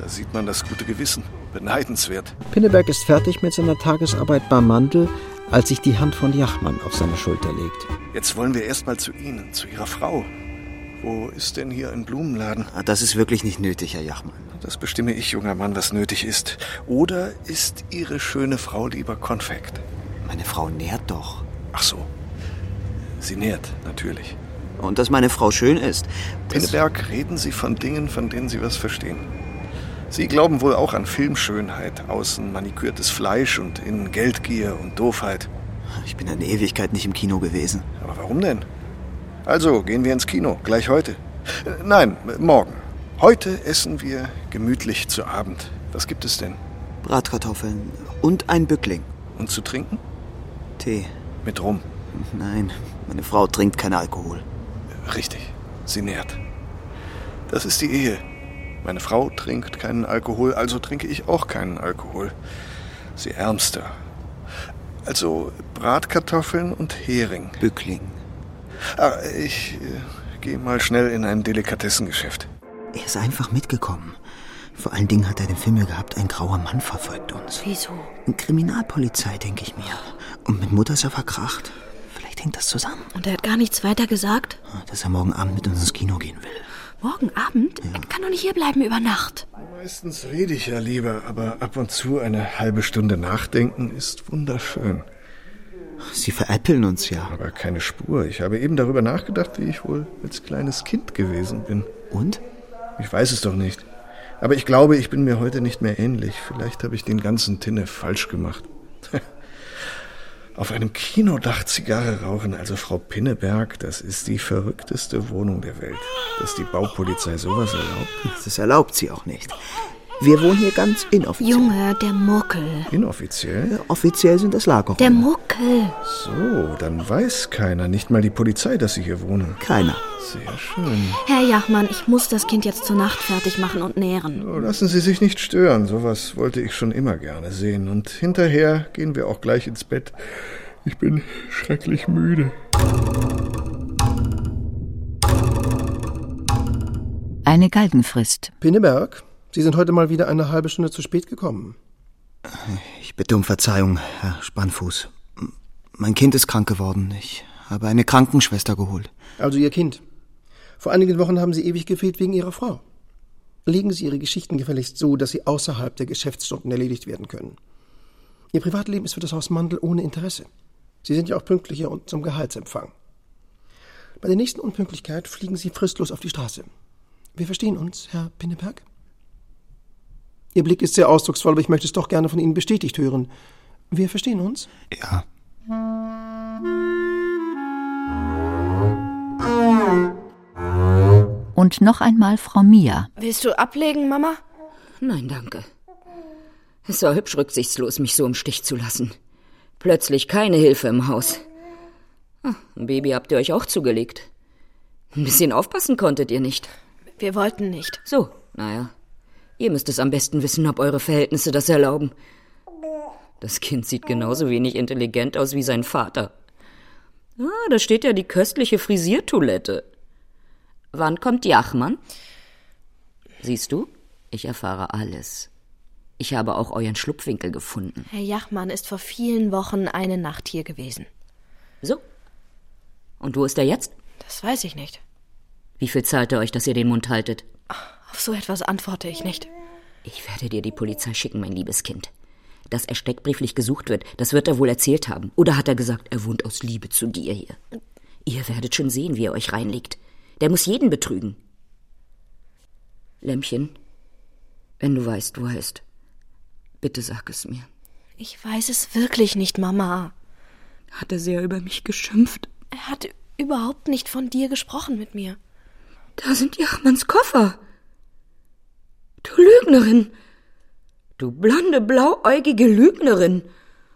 Speaker 22: Da sieht man das gute Gewissen. Beneidenswert.
Speaker 5: Pinneberg ist fertig mit seiner Tagesarbeit beim Mantel, als sich die Hand von Jachmann auf seine Schulter legt.
Speaker 22: Jetzt wollen wir erstmal zu Ihnen, zu Ihrer Frau. Wo ist denn hier ein Blumenladen?
Speaker 4: Ah, Das ist wirklich nicht nötig, Herr Jachmann.
Speaker 22: Das bestimme ich, junger Mann, was nötig ist. Oder ist Ihre schöne Frau lieber Konfekt?
Speaker 4: Meine Frau nährt doch.
Speaker 22: Ach so. Sie nährt, natürlich.
Speaker 4: Und dass meine Frau schön ist.
Speaker 22: Pinneberg, reden Sie von Dingen, von denen Sie was verstehen. Sie glauben wohl auch an Filmschönheit, außen manikürtes Fleisch und innen Geldgier und Doofheit.
Speaker 4: Ich bin eine Ewigkeit nicht im Kino gewesen.
Speaker 22: Aber warum denn? Also, gehen wir ins Kino, gleich heute. Äh, Nein, äh, morgen. Heute essen wir gemütlich zu Abend. Was gibt es denn?
Speaker 4: Bratkartoffeln und ein Bückling.
Speaker 22: Und zu trinken?
Speaker 4: Tee.
Speaker 22: Mit Rum.
Speaker 4: Nein, meine Frau trinkt keinen Alkohol.
Speaker 22: Richtig, sie nährt. Das ist die Ehe. Meine Frau trinkt keinen Alkohol, also trinke ich auch keinen Alkohol. Sie ärmster. Also Bratkartoffeln und Hering.
Speaker 4: Bückling.
Speaker 22: Ah, ich äh, gehe mal schnell in ein Delikatessengeschäft.
Speaker 4: Er ist einfach mitgekommen. Vor allen Dingen hat er den Film ja gehabt, ein grauer Mann verfolgt uns.
Speaker 20: Wieso?
Speaker 4: Kriminalpolizei, denke ich mir. Und mit Mutter ist er verkracht. Vielleicht hängt das zusammen,
Speaker 3: Und er hat gar nichts weiter gesagt?
Speaker 4: dass er morgen Abend mit uns ins Kino gehen will.
Speaker 3: Morgen Abend? Er kann doch nicht hierbleiben über Nacht.
Speaker 22: Meistens rede ich ja lieber, aber ab und zu eine halbe Stunde nachdenken ist wunderschön.
Speaker 4: Sie veräppeln uns ja.
Speaker 22: Aber keine Spur. Ich habe eben darüber nachgedacht, wie ich wohl als kleines Kind gewesen bin.
Speaker 4: Und?
Speaker 22: Ich weiß es doch nicht. Aber ich glaube, ich bin mir heute nicht mehr ähnlich. Vielleicht habe ich den ganzen Tinne falsch gemacht. [LAUGHS] Auf einem Kinodach Zigarre rauchen, also Frau Pinneberg, das ist die verrückteste Wohnung der Welt. Dass die Baupolizei sowas erlaubt.
Speaker 4: Das erlaubt sie auch nicht. Wir wohnen hier ganz inoffiziell.
Speaker 3: Junge, der Muckel.
Speaker 22: Inoffiziell?
Speaker 4: Offiziell sind das Lagerräume.
Speaker 3: Der Muckel.
Speaker 22: So, dann weiß keiner, nicht mal die Polizei, dass Sie hier wohnen.
Speaker 4: Keiner.
Speaker 22: Sehr schön.
Speaker 3: Herr Jachmann, ich muss das Kind jetzt zur Nacht fertig machen und nähren.
Speaker 22: So, Lassen Sie sich nicht stören, sowas wollte ich schon immer gerne sehen. Und hinterher gehen wir auch gleich ins Bett. Ich bin schrecklich müde.
Speaker 2: Eine Galgenfrist.
Speaker 10: Pinneberg, Sie sind heute mal wieder eine halbe Stunde zu spät gekommen.
Speaker 4: Ich bitte um Verzeihung, Herr Spannfuß. M- Mein Kind ist krank geworden. Ich habe eine Krankenschwester geholt.
Speaker 10: Also Ihr Kind. Vor einigen Wochen haben Sie ewig gefehlt wegen Ihrer Frau. Legen Sie Ihre Geschichten gefälligst so, dass sie außerhalb der Geschäftsstunden erledigt werden können. Ihr Privatleben ist für das Haus Mandel ohne Interesse. Sie sind ja auch pünktlich hier unten zum Gehaltsempfang. Bei der nächsten Unpünktlichkeit fliegen Sie fristlos auf die Straße. Wir verstehen uns, Herr Pinneberg? Ihr Blick ist sehr ausdrucksvoll, aber ich möchte es doch gerne von Ihnen bestätigt hören. Wir verstehen uns?
Speaker 4: Ja.
Speaker 2: Und noch einmal Frau Mia.
Speaker 3: Willst du ablegen, Mama?
Speaker 24: Nein, danke. Es war hübsch rücksichtslos, mich so im Stich zu lassen. Plötzlich keine Hilfe im Haus. Ah, Ein Baby habt ihr euch auch zugelegt. Ein bisschen aufpassen konntet ihr nicht.
Speaker 3: Wir wollten nicht.
Speaker 24: So, naja. Ihr müsst es am besten wissen, ob eure Verhältnisse das erlauben. Das Kind sieht genauso wenig intelligent aus wie sein Vater. Ah, da steht ja die köstliche Frisiertoilette. Wann kommt Jachmann? Siehst du, ich erfahre alles. Ich habe auch euren Schlupfwinkel gefunden.
Speaker 3: Herr Jachmann ist vor vielen Wochen eine Nacht hier gewesen.
Speaker 24: So. Und wo ist er jetzt?
Speaker 3: Das weiß ich nicht.
Speaker 24: Wie viel zahlt er euch, dass ihr den Mund haltet?
Speaker 3: Auf so etwas antworte ich nicht.
Speaker 24: Ich werde dir die Polizei schicken, mein liebes Kind. Dass er steckbrieflich gesucht wird, das wird er wohl erzählt haben. Oder hat er gesagt, er wohnt aus Liebe zu dir hier? Ihr werdet schon sehen, wie er euch reinlegt. Der muss jeden betrügen. Lämmchen, wenn du weißt, wo er ist, bitte sag es mir.
Speaker 3: Ich weiß es wirklich nicht, Mama.
Speaker 24: Hat er sehr über mich geschimpft?
Speaker 3: Er hat überhaupt nicht von dir gesprochen mit mir.
Speaker 24: Da sind Jachmanns Koffer. Du Lügnerin. Du blonde, blauäugige Lügnerin.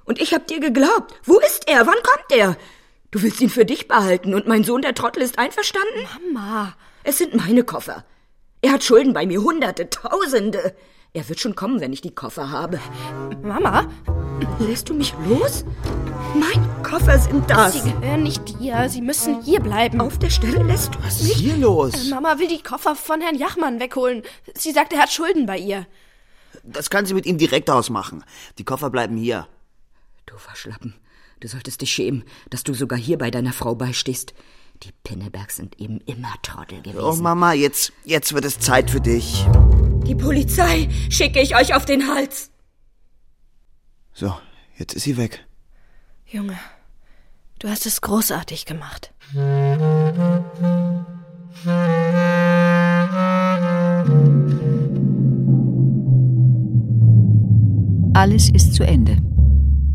Speaker 24: Und ich hab dir geglaubt. Wo ist er? Wann kommt er? Du willst ihn für dich behalten und mein Sohn der Trottel ist einverstanden?
Speaker 32: Mama.
Speaker 24: Es sind meine Koffer. Er hat Schulden bei mir, Hunderte, Tausende. Er wird schon kommen, wenn ich die Koffer habe.
Speaker 32: Mama?
Speaker 24: Lässt du mich los? Mein Koffer sind das.
Speaker 32: Sie gehören nicht dir. Sie müssen hier bleiben.
Speaker 24: Auf der Stelle lässt du es
Speaker 5: nicht. Hier los.
Speaker 32: Äh, Mama will die Koffer von Herrn Jachmann wegholen. Sie sagt, er hat Schulden bei ihr.
Speaker 33: Das kann sie mit ihm direkt ausmachen. Die Koffer bleiben hier.
Speaker 24: Du Verschlappen. Du solltest dich schämen, dass du sogar hier bei deiner Frau beistehst. Die Pinnebergs sind eben immer Trottel gewesen.
Speaker 33: Oh Mama, jetzt, jetzt wird es Zeit für dich.
Speaker 24: Die Polizei schicke ich euch auf den Hals.
Speaker 5: So, jetzt ist sie weg.
Speaker 32: Junge, du hast es großartig gemacht.
Speaker 2: Alles ist zu Ende.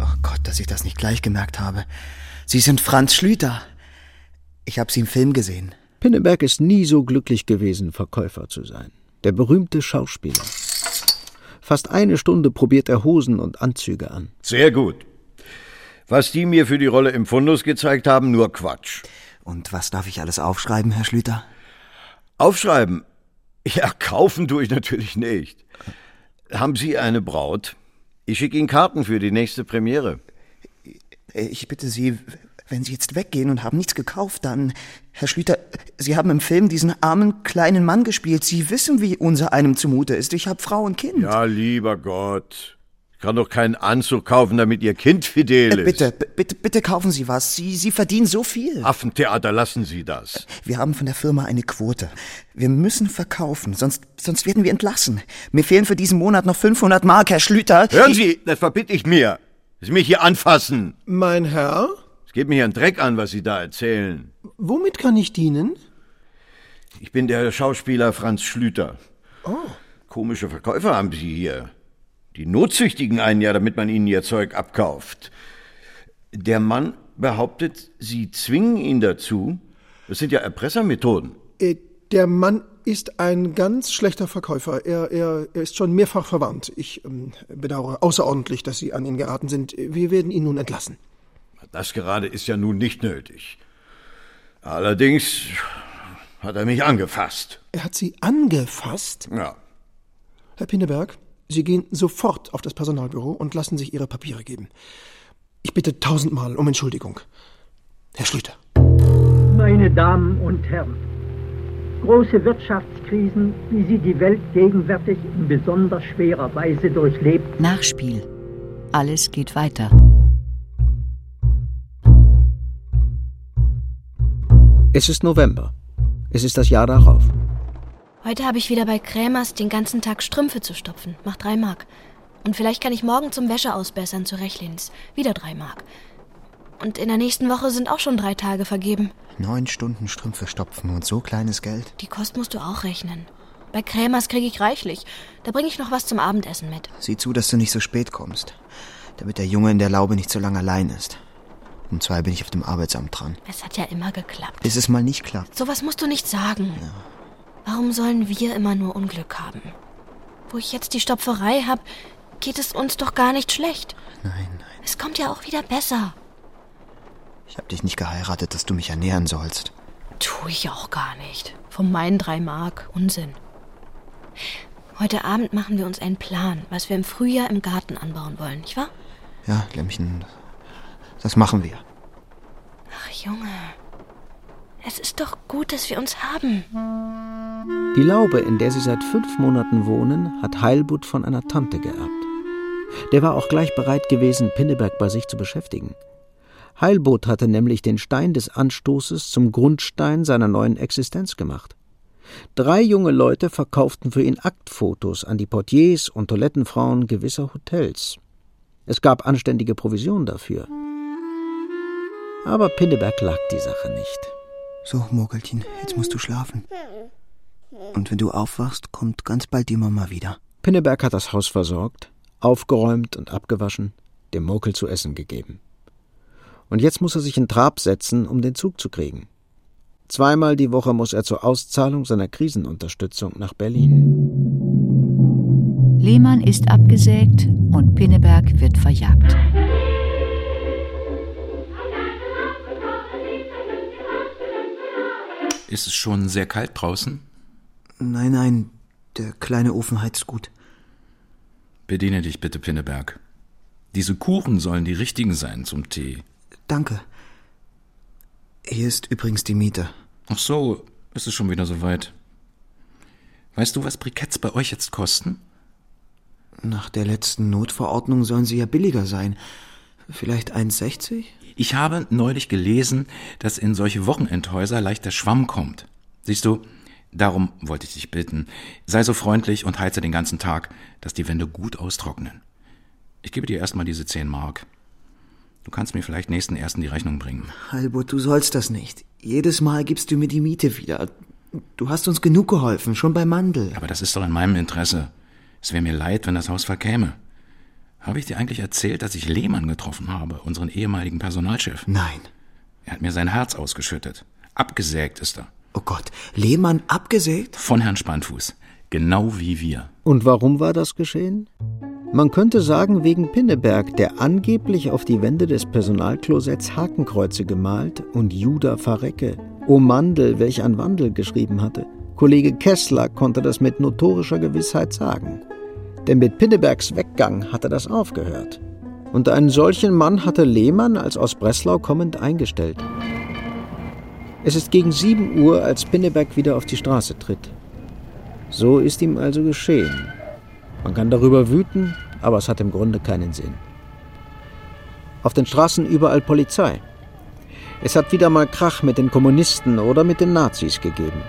Speaker 4: Oh Gott, dass ich das nicht gleich gemerkt habe. Sie sind Franz Schlüter. Ich habe sie im Film gesehen.
Speaker 5: Pinneberg ist nie so glücklich gewesen, Verkäufer zu sein. Der berühmte Schauspieler. Fast eine Stunde probiert er Hosen und Anzüge an.
Speaker 13: Sehr gut. Was die mir für die Rolle im Fundus gezeigt haben, nur Quatsch.
Speaker 4: Und was darf ich alles aufschreiben, Herr Schlüter?
Speaker 13: Aufschreiben? Ja, kaufen tue ich natürlich nicht. Haben Sie eine Braut? Ich schicke Ihnen Karten für die nächste Premiere.
Speaker 4: Ich bitte Sie, wenn Sie jetzt weggehen und haben nichts gekauft, dann, Herr Schlüter, Sie haben im Film diesen armen kleinen Mann gespielt. Sie wissen, wie unser einem zumute ist. Ich habe Frau und Kind.
Speaker 13: Ja, lieber Gott. Ich kann doch keinen Anzug kaufen, damit Ihr Kind fidel ist.
Speaker 4: Äh, Bitte, bitte, bitte kaufen Sie was. Sie, Sie verdienen so viel.
Speaker 13: Affentheater, lassen Sie das.
Speaker 4: Wir haben von der Firma eine Quote. Wir müssen verkaufen, sonst, sonst werden wir entlassen. Mir fehlen für diesen Monat noch 500 Mark, Herr Schlüter.
Speaker 13: Hören Sie, das verbitte ich mir. Sie mich hier anfassen.
Speaker 10: Mein Herr?
Speaker 13: Es geht mir hier einen Dreck an, was Sie da erzählen.
Speaker 10: Womit kann ich dienen?
Speaker 13: Ich bin der Schauspieler Franz Schlüter.
Speaker 10: Oh.
Speaker 13: Komische Verkäufer haben Sie hier. Die notzüchtigen einen ja, damit man ihnen ihr Zeug abkauft. Der Mann behauptet, Sie zwingen ihn dazu. Das sind ja Erpressermethoden.
Speaker 10: Äh, Der Mann ist ein ganz schlechter Verkäufer. Er, er, er ist schon mehrfach verwarnt. Ich ähm, bedauere außerordentlich, dass Sie an ihn geraten sind. Wir werden ihn nun entlassen.
Speaker 13: Das gerade ist ja nun nicht nötig. Allerdings hat er mich angefasst.
Speaker 10: Er hat Sie angefasst?
Speaker 13: Ja.
Speaker 10: Herr Pinneberg, Sie gehen sofort auf das Personalbüro und lassen sich Ihre Papiere geben. Ich bitte tausendmal um Entschuldigung. Herr Schlüter.
Speaker 1: Meine Damen und Herren, große Wirtschaftskrisen, wie sie die Welt gegenwärtig in besonders schwerer Weise durchlebt,
Speaker 2: Nachspiel. Alles geht weiter.
Speaker 5: Es ist November. Es ist das Jahr darauf.
Speaker 3: Heute habe ich wieder bei Krämers den ganzen Tag Strümpfe zu stopfen. Macht drei Mark. Und vielleicht kann ich morgen zum Wäscheausbessern zu Rechlins. Wieder drei Mark. Und in der nächsten Woche sind auch schon drei Tage vergeben.
Speaker 4: Neun Stunden Strümpfe stopfen und so kleines Geld.
Speaker 3: Die Kost musst du auch rechnen. Bei Krämers kriege ich reichlich. Da bringe ich noch was zum Abendessen mit.
Speaker 4: Sieh zu, dass du nicht so spät kommst, damit der Junge in der Laube nicht so lange allein ist. Um zwei bin ich auf dem Arbeitsamt dran.
Speaker 3: Es hat ja immer geklappt.
Speaker 4: Bis es mal nicht klappt.
Speaker 3: Sowas musst du nicht sagen. Warum sollen wir immer nur Unglück haben? Wo ich jetzt die Stopferei habe, geht es uns doch gar nicht schlecht.
Speaker 4: Nein,
Speaker 3: Es kommt ja auch wieder besser.
Speaker 4: Ich hab dich nicht geheiratet, dass du mich ernähren sollst.
Speaker 3: Tue ich auch gar nicht. Von meinen drei Mark. Unsinn. Heute Abend machen wir uns einen Plan, was wir im Frühjahr im Garten anbauen wollen, nicht wahr?
Speaker 4: Ja, Lämmchen, das machen wir.
Speaker 3: Ach, Junge. Es ist doch gut, dass wir uns haben.
Speaker 5: Die Laube, in der sie seit fünf Monaten wohnen, hat Heilbutt von einer Tante geerbt. Der war auch gleich bereit gewesen, Pinneberg bei sich zu beschäftigen. Heilbutt hatte nämlich den Stein des Anstoßes zum Grundstein seiner neuen Existenz gemacht. Drei junge Leute verkauften für ihn Aktfotos an die Portiers und Toilettenfrauen gewisser Hotels. Es gab anständige Provision dafür. Aber Pinneberg lag die Sache nicht.
Speaker 4: So, Mogelchen, jetzt musst du schlafen. Und wenn du aufwachst, kommt ganz bald die Mama wieder.
Speaker 5: Pinneberg hat das Haus versorgt, aufgeräumt und abgewaschen, dem Mokel zu essen gegeben. Und jetzt muss er sich in Trab setzen, um den Zug zu kriegen. Zweimal die Woche muss er zur Auszahlung seiner Krisenunterstützung nach Berlin.
Speaker 2: Lehmann ist abgesägt und Pinneberg wird verjagt.
Speaker 11: Ist es schon sehr kalt draußen?
Speaker 19: Nein, nein, der kleine Ofen heizt gut.
Speaker 11: Bediene dich bitte, Pinneberg. Diese Kuchen sollen die richtigen sein zum Tee.
Speaker 19: Danke. Hier ist übrigens die Miete.
Speaker 11: Ach so, ist es schon wieder soweit. Weißt du, was Briketts bei euch jetzt kosten?
Speaker 19: Nach der letzten Notverordnung sollen sie ja billiger sein. Vielleicht 1,60?
Speaker 11: Ich habe neulich gelesen, dass in solche Wochenendhäuser leicht der Schwamm kommt. Siehst du, darum wollte ich dich bitten, sei so freundlich und heize den ganzen Tag, dass die Wände gut austrocknen. Ich gebe dir erstmal diese 10 Mark. Du kannst mir vielleicht nächsten ersten die Rechnung bringen.
Speaker 19: Halbut, du sollst das nicht. Jedes Mal gibst du mir die Miete wieder. Du hast uns genug geholfen, schon bei Mandel.
Speaker 11: Aber das ist doch in meinem Interesse. Es wäre mir leid, wenn das Haus verkäme. Habe ich dir eigentlich erzählt, dass ich Lehmann getroffen habe, unseren ehemaligen Personalchef?
Speaker 19: Nein.
Speaker 11: Er hat mir sein Herz ausgeschüttet. Abgesägt ist er.
Speaker 19: Oh Gott, Lehmann abgesägt?
Speaker 11: Von Herrn Spannfuß. Genau wie wir.
Speaker 5: Und warum war das geschehen? Man könnte sagen, wegen Pinneberg, der angeblich auf die Wände des Personalklosetts Hakenkreuze gemalt und Juda Farecke, Omandel, welch an Wandel geschrieben hatte. Kollege Kessler konnte das mit notorischer Gewissheit sagen. Denn mit Pinnebergs Weggang hatte das aufgehört. Und einen solchen Mann hatte Lehmann als aus Breslau kommend eingestellt. Es ist gegen 7 Uhr, als Pinneberg wieder auf die Straße tritt. So ist ihm also geschehen. Man kann darüber wüten, aber es hat im Grunde keinen Sinn. Auf den Straßen überall Polizei. Es hat wieder mal Krach mit den Kommunisten oder mit den Nazis gegeben.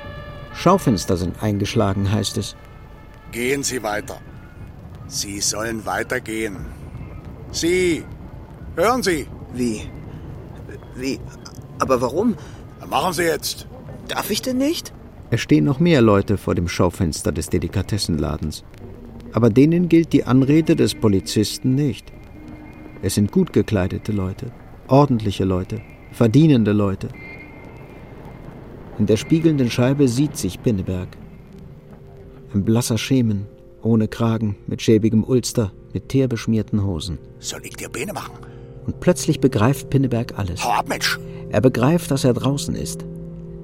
Speaker 5: Schaufenster sind eingeschlagen, heißt es.
Speaker 25: Gehen Sie weiter. Sie sollen weitergehen. Sie! Hören Sie!
Speaker 19: Wie? Wie? Aber warum?
Speaker 25: Dann machen Sie jetzt!
Speaker 19: Darf ich denn nicht?
Speaker 5: Es stehen noch mehr Leute vor dem Schaufenster des Delikatessenladens aber denen gilt die Anrede des Polizisten nicht. Es sind gut gekleidete Leute, ordentliche Leute, verdienende Leute. In der spiegelnden Scheibe sieht sich Pinneberg. Ein blasser Schemen, ohne Kragen, mit schäbigem Ulster, mit teerbeschmierten Hosen.
Speaker 25: Soll ich dir Beine machen?
Speaker 5: Und plötzlich begreift Pinneberg alles.
Speaker 25: Hau ab, Mensch!
Speaker 5: Er begreift, dass er draußen ist,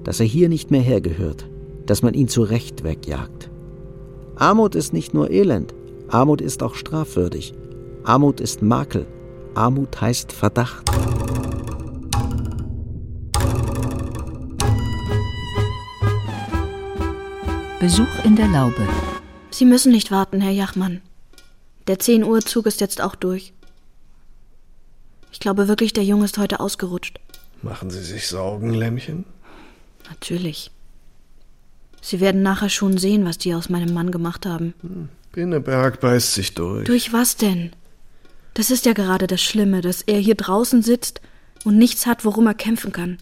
Speaker 5: dass er hier nicht mehr hergehört, dass man ihn zu Recht wegjagt. Armut ist nicht nur Elend, Armut ist auch strafwürdig. Armut ist Makel. Armut heißt Verdacht.
Speaker 2: Besuch in der Laube.
Speaker 3: Sie müssen nicht warten, Herr Jachmann. Der 10 Uhr Zug ist jetzt auch durch. Ich glaube wirklich, der Junge ist heute ausgerutscht.
Speaker 22: Machen Sie sich Sorgen, Lämmchen?
Speaker 3: Natürlich. Sie werden nachher schon sehen, was die aus meinem Mann gemacht haben.
Speaker 22: Pinneberg beißt sich durch.
Speaker 3: Durch was denn? Das ist ja gerade das Schlimme, dass er hier draußen sitzt und nichts hat, worum er kämpfen kann.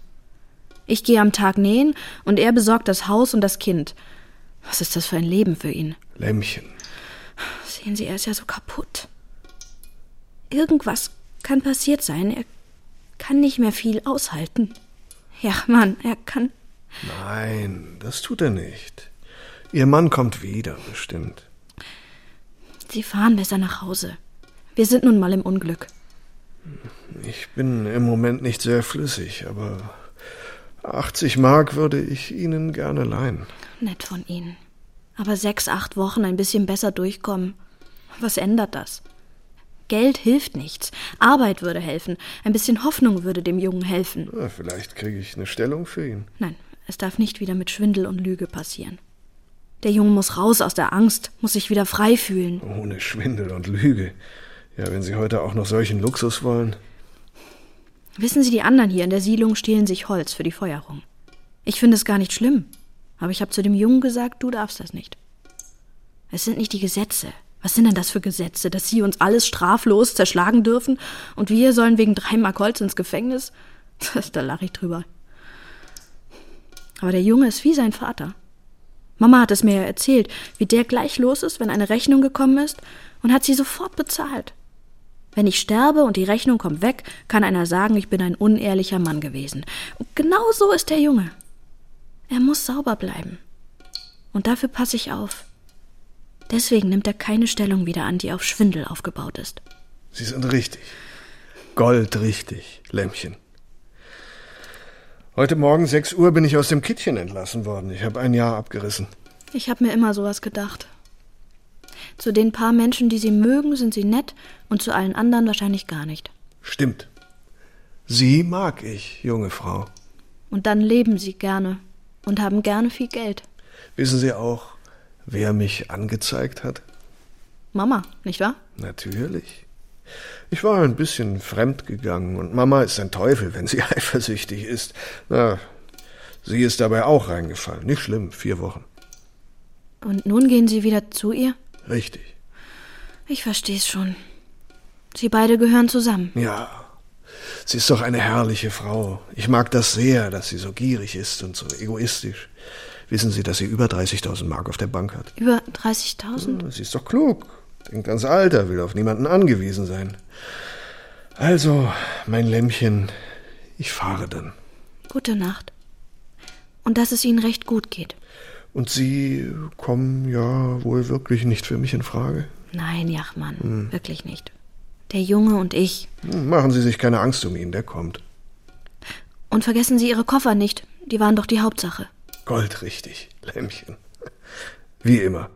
Speaker 3: Ich gehe am Tag nähen und er besorgt das Haus und das Kind. Was ist das für ein Leben für ihn?
Speaker 22: Lämmchen.
Speaker 3: Sehen Sie, er ist ja so kaputt. Irgendwas kann passiert sein. Er kann nicht mehr viel aushalten. Ja, Mann, er kann
Speaker 22: Nein, das tut er nicht. Ihr Mann kommt wieder, bestimmt.
Speaker 3: Sie fahren besser nach Hause. Wir sind nun mal im Unglück.
Speaker 22: Ich bin im Moment nicht sehr flüssig, aber 80 Mark würde ich Ihnen gerne leihen.
Speaker 3: Nett von Ihnen. Aber sechs, acht Wochen ein bisschen besser durchkommen. Was ändert das? Geld hilft nichts. Arbeit würde helfen. Ein bisschen Hoffnung würde dem Jungen helfen.
Speaker 22: Na, vielleicht kriege ich eine Stellung für ihn.
Speaker 3: Nein, es darf nicht wieder mit Schwindel und Lüge passieren. Der Junge muss raus aus der Angst, muss sich wieder frei fühlen.
Speaker 22: Ohne Schwindel und Lüge. Ja, wenn Sie heute auch noch solchen Luxus wollen.
Speaker 3: Wissen Sie, die anderen hier in der Siedlung stehlen sich Holz für die Feuerung. Ich finde es gar nicht schlimm. Aber ich habe zu dem Jungen gesagt, du darfst das nicht. Es sind nicht die Gesetze. Was sind denn das für Gesetze, dass Sie uns alles straflos zerschlagen dürfen und wir sollen wegen drei Mark Holz ins Gefängnis? [LAUGHS] da lache ich drüber. Aber der Junge ist wie sein Vater. Mama hat es mir ja erzählt, wie der gleich los ist, wenn eine Rechnung gekommen ist, und hat sie sofort bezahlt. Wenn ich sterbe und die Rechnung kommt weg, kann einer sagen, ich bin ein unehrlicher Mann gewesen. Und genau so ist der Junge. Er muss sauber bleiben. Und dafür passe ich auf. Deswegen nimmt er keine Stellung wieder an, die auf Schwindel aufgebaut ist.
Speaker 22: Sie sind richtig. Goldrichtig, Lämmchen. Heute Morgen 6 Uhr bin ich aus dem Kittchen entlassen worden. Ich habe ein Jahr abgerissen.
Speaker 3: Ich habe mir immer sowas gedacht. Zu den paar Menschen, die sie mögen, sind sie nett und zu allen anderen wahrscheinlich gar nicht.
Speaker 22: Stimmt. Sie mag ich, junge Frau.
Speaker 3: Und dann leben sie gerne und haben gerne viel Geld.
Speaker 22: Wissen Sie auch, wer mich angezeigt hat?
Speaker 3: Mama, nicht wahr?
Speaker 22: Natürlich. Ich war ein bisschen fremdgegangen und Mama ist ein Teufel, wenn sie [LAUGHS] eifersüchtig ist. Na, sie ist dabei auch reingefallen. Nicht schlimm, vier Wochen.
Speaker 3: Und nun gehen sie wieder zu ihr?
Speaker 22: Richtig.
Speaker 3: Ich versteh's schon. Sie beide gehören zusammen.
Speaker 22: Ja. Sie ist doch eine herrliche Frau. Ich mag das sehr, dass sie so gierig ist und so egoistisch. Wissen Sie, dass sie über 30.000 Mark auf der Bank hat?
Speaker 3: Über 30.000?
Speaker 22: Ja, sie ist doch klug. Denkt ans Alter, will auf niemanden angewiesen sein. Also, mein Lämmchen, ich fahre dann.
Speaker 3: Gute Nacht. Und dass es Ihnen recht gut geht.
Speaker 22: Und Sie kommen ja wohl wirklich nicht für mich in Frage?
Speaker 3: Nein, Jachmann,
Speaker 22: Hm.
Speaker 3: wirklich nicht. Der Junge und ich.
Speaker 22: Hm, Machen Sie sich keine Angst um ihn, der kommt.
Speaker 3: Und vergessen Sie Ihre Koffer nicht. Die waren doch die Hauptsache.
Speaker 22: Goldrichtig, Lämmchen. Wie immer.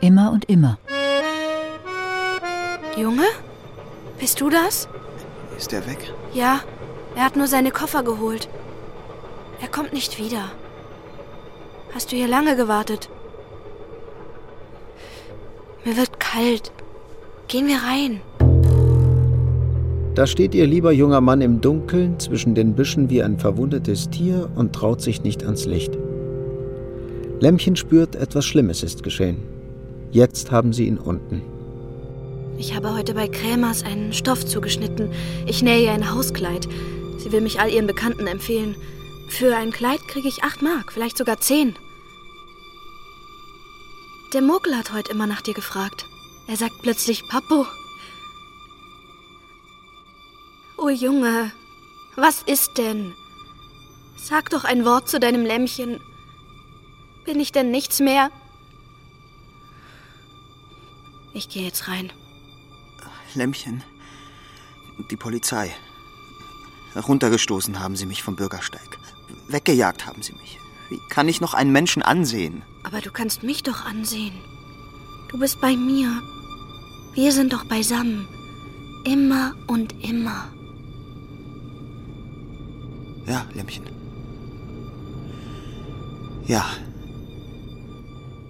Speaker 2: Immer und immer.
Speaker 3: Junge? Bist du das?
Speaker 4: Ist er weg?
Speaker 3: Ja, er hat nur seine Koffer geholt. Er kommt nicht wieder. Hast du hier lange gewartet? Mir wird kalt. Gehen wir rein.
Speaker 5: Da steht ihr lieber junger Mann im Dunkeln zwischen den Büschen wie ein verwundetes Tier und traut sich nicht ans Licht. Lämmchen spürt, etwas Schlimmes ist geschehen. Jetzt haben sie ihn unten.
Speaker 3: Ich habe heute bei Krämers einen Stoff zugeschnitten. Ich nähe ihr ein Hauskleid. Sie will mich all ihren Bekannten empfehlen. Für ein Kleid kriege ich acht Mark, vielleicht sogar zehn. Der Mokel hat heute immer nach dir gefragt. Er sagt plötzlich Papo. Oh Junge, was ist denn? Sag doch ein Wort zu deinem Lämmchen. Bin ich denn nichts mehr? Ich gehe jetzt rein.
Speaker 4: Lämmchen. Die Polizei. Runtergestoßen haben sie mich vom Bürgersteig. Weggejagt haben sie mich. Wie kann ich noch einen Menschen ansehen?
Speaker 3: Aber du kannst mich doch ansehen. Du bist bei mir. Wir sind doch beisammen. Immer und immer.
Speaker 4: Ja, Lämmchen. Ja.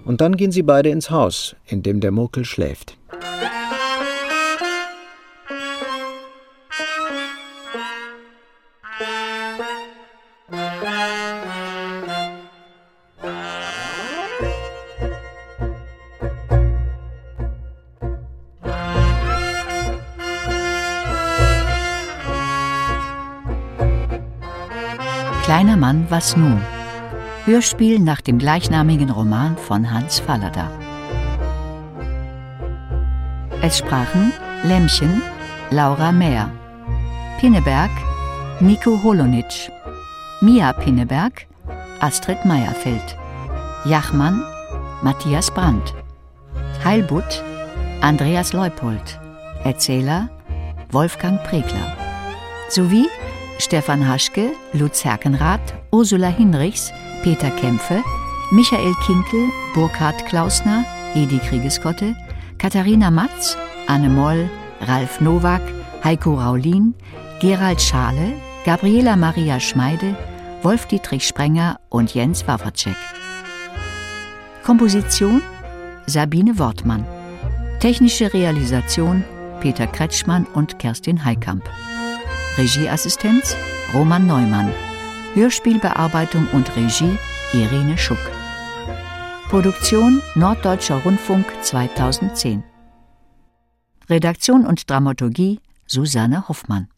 Speaker 5: Und dann gehen sie beide ins Haus, in dem der Murkel schläft.
Speaker 2: Kleiner Mann, was nun? Hörspiel nach dem gleichnamigen Roman von Hans Fallada. Es sprachen Lämmchen, Laura Mehr, Pinneberg, Nico Holonitsch, Mia Pinneberg, Astrid Meierfeld, Jachmann, Matthias Brandt, Heilbutt, Andreas Leupold, Erzähler, Wolfgang Pregler, sowie Stefan Haschke, Lutz Herkenrath, Ursula Hinrichs, Peter Kämpfe, Michael Kinkel, Burkhard Klausner, Edi Kriegeskotte, Katharina Matz, Anne Moll, Ralf Nowak, Heiko Raulin, Gerald Schale, Gabriela Maria Schmeide, Wolf-Dietrich Sprenger und Jens Wawracek. Komposition Sabine Wortmann. Technische Realisation Peter Kretschmann und Kerstin Heikamp. Regieassistenz Roman Neumann. Hörspielbearbeitung und Regie Irene Schuck. Produktion Norddeutscher Rundfunk 2010. Redaktion und Dramaturgie Susanne Hoffmann.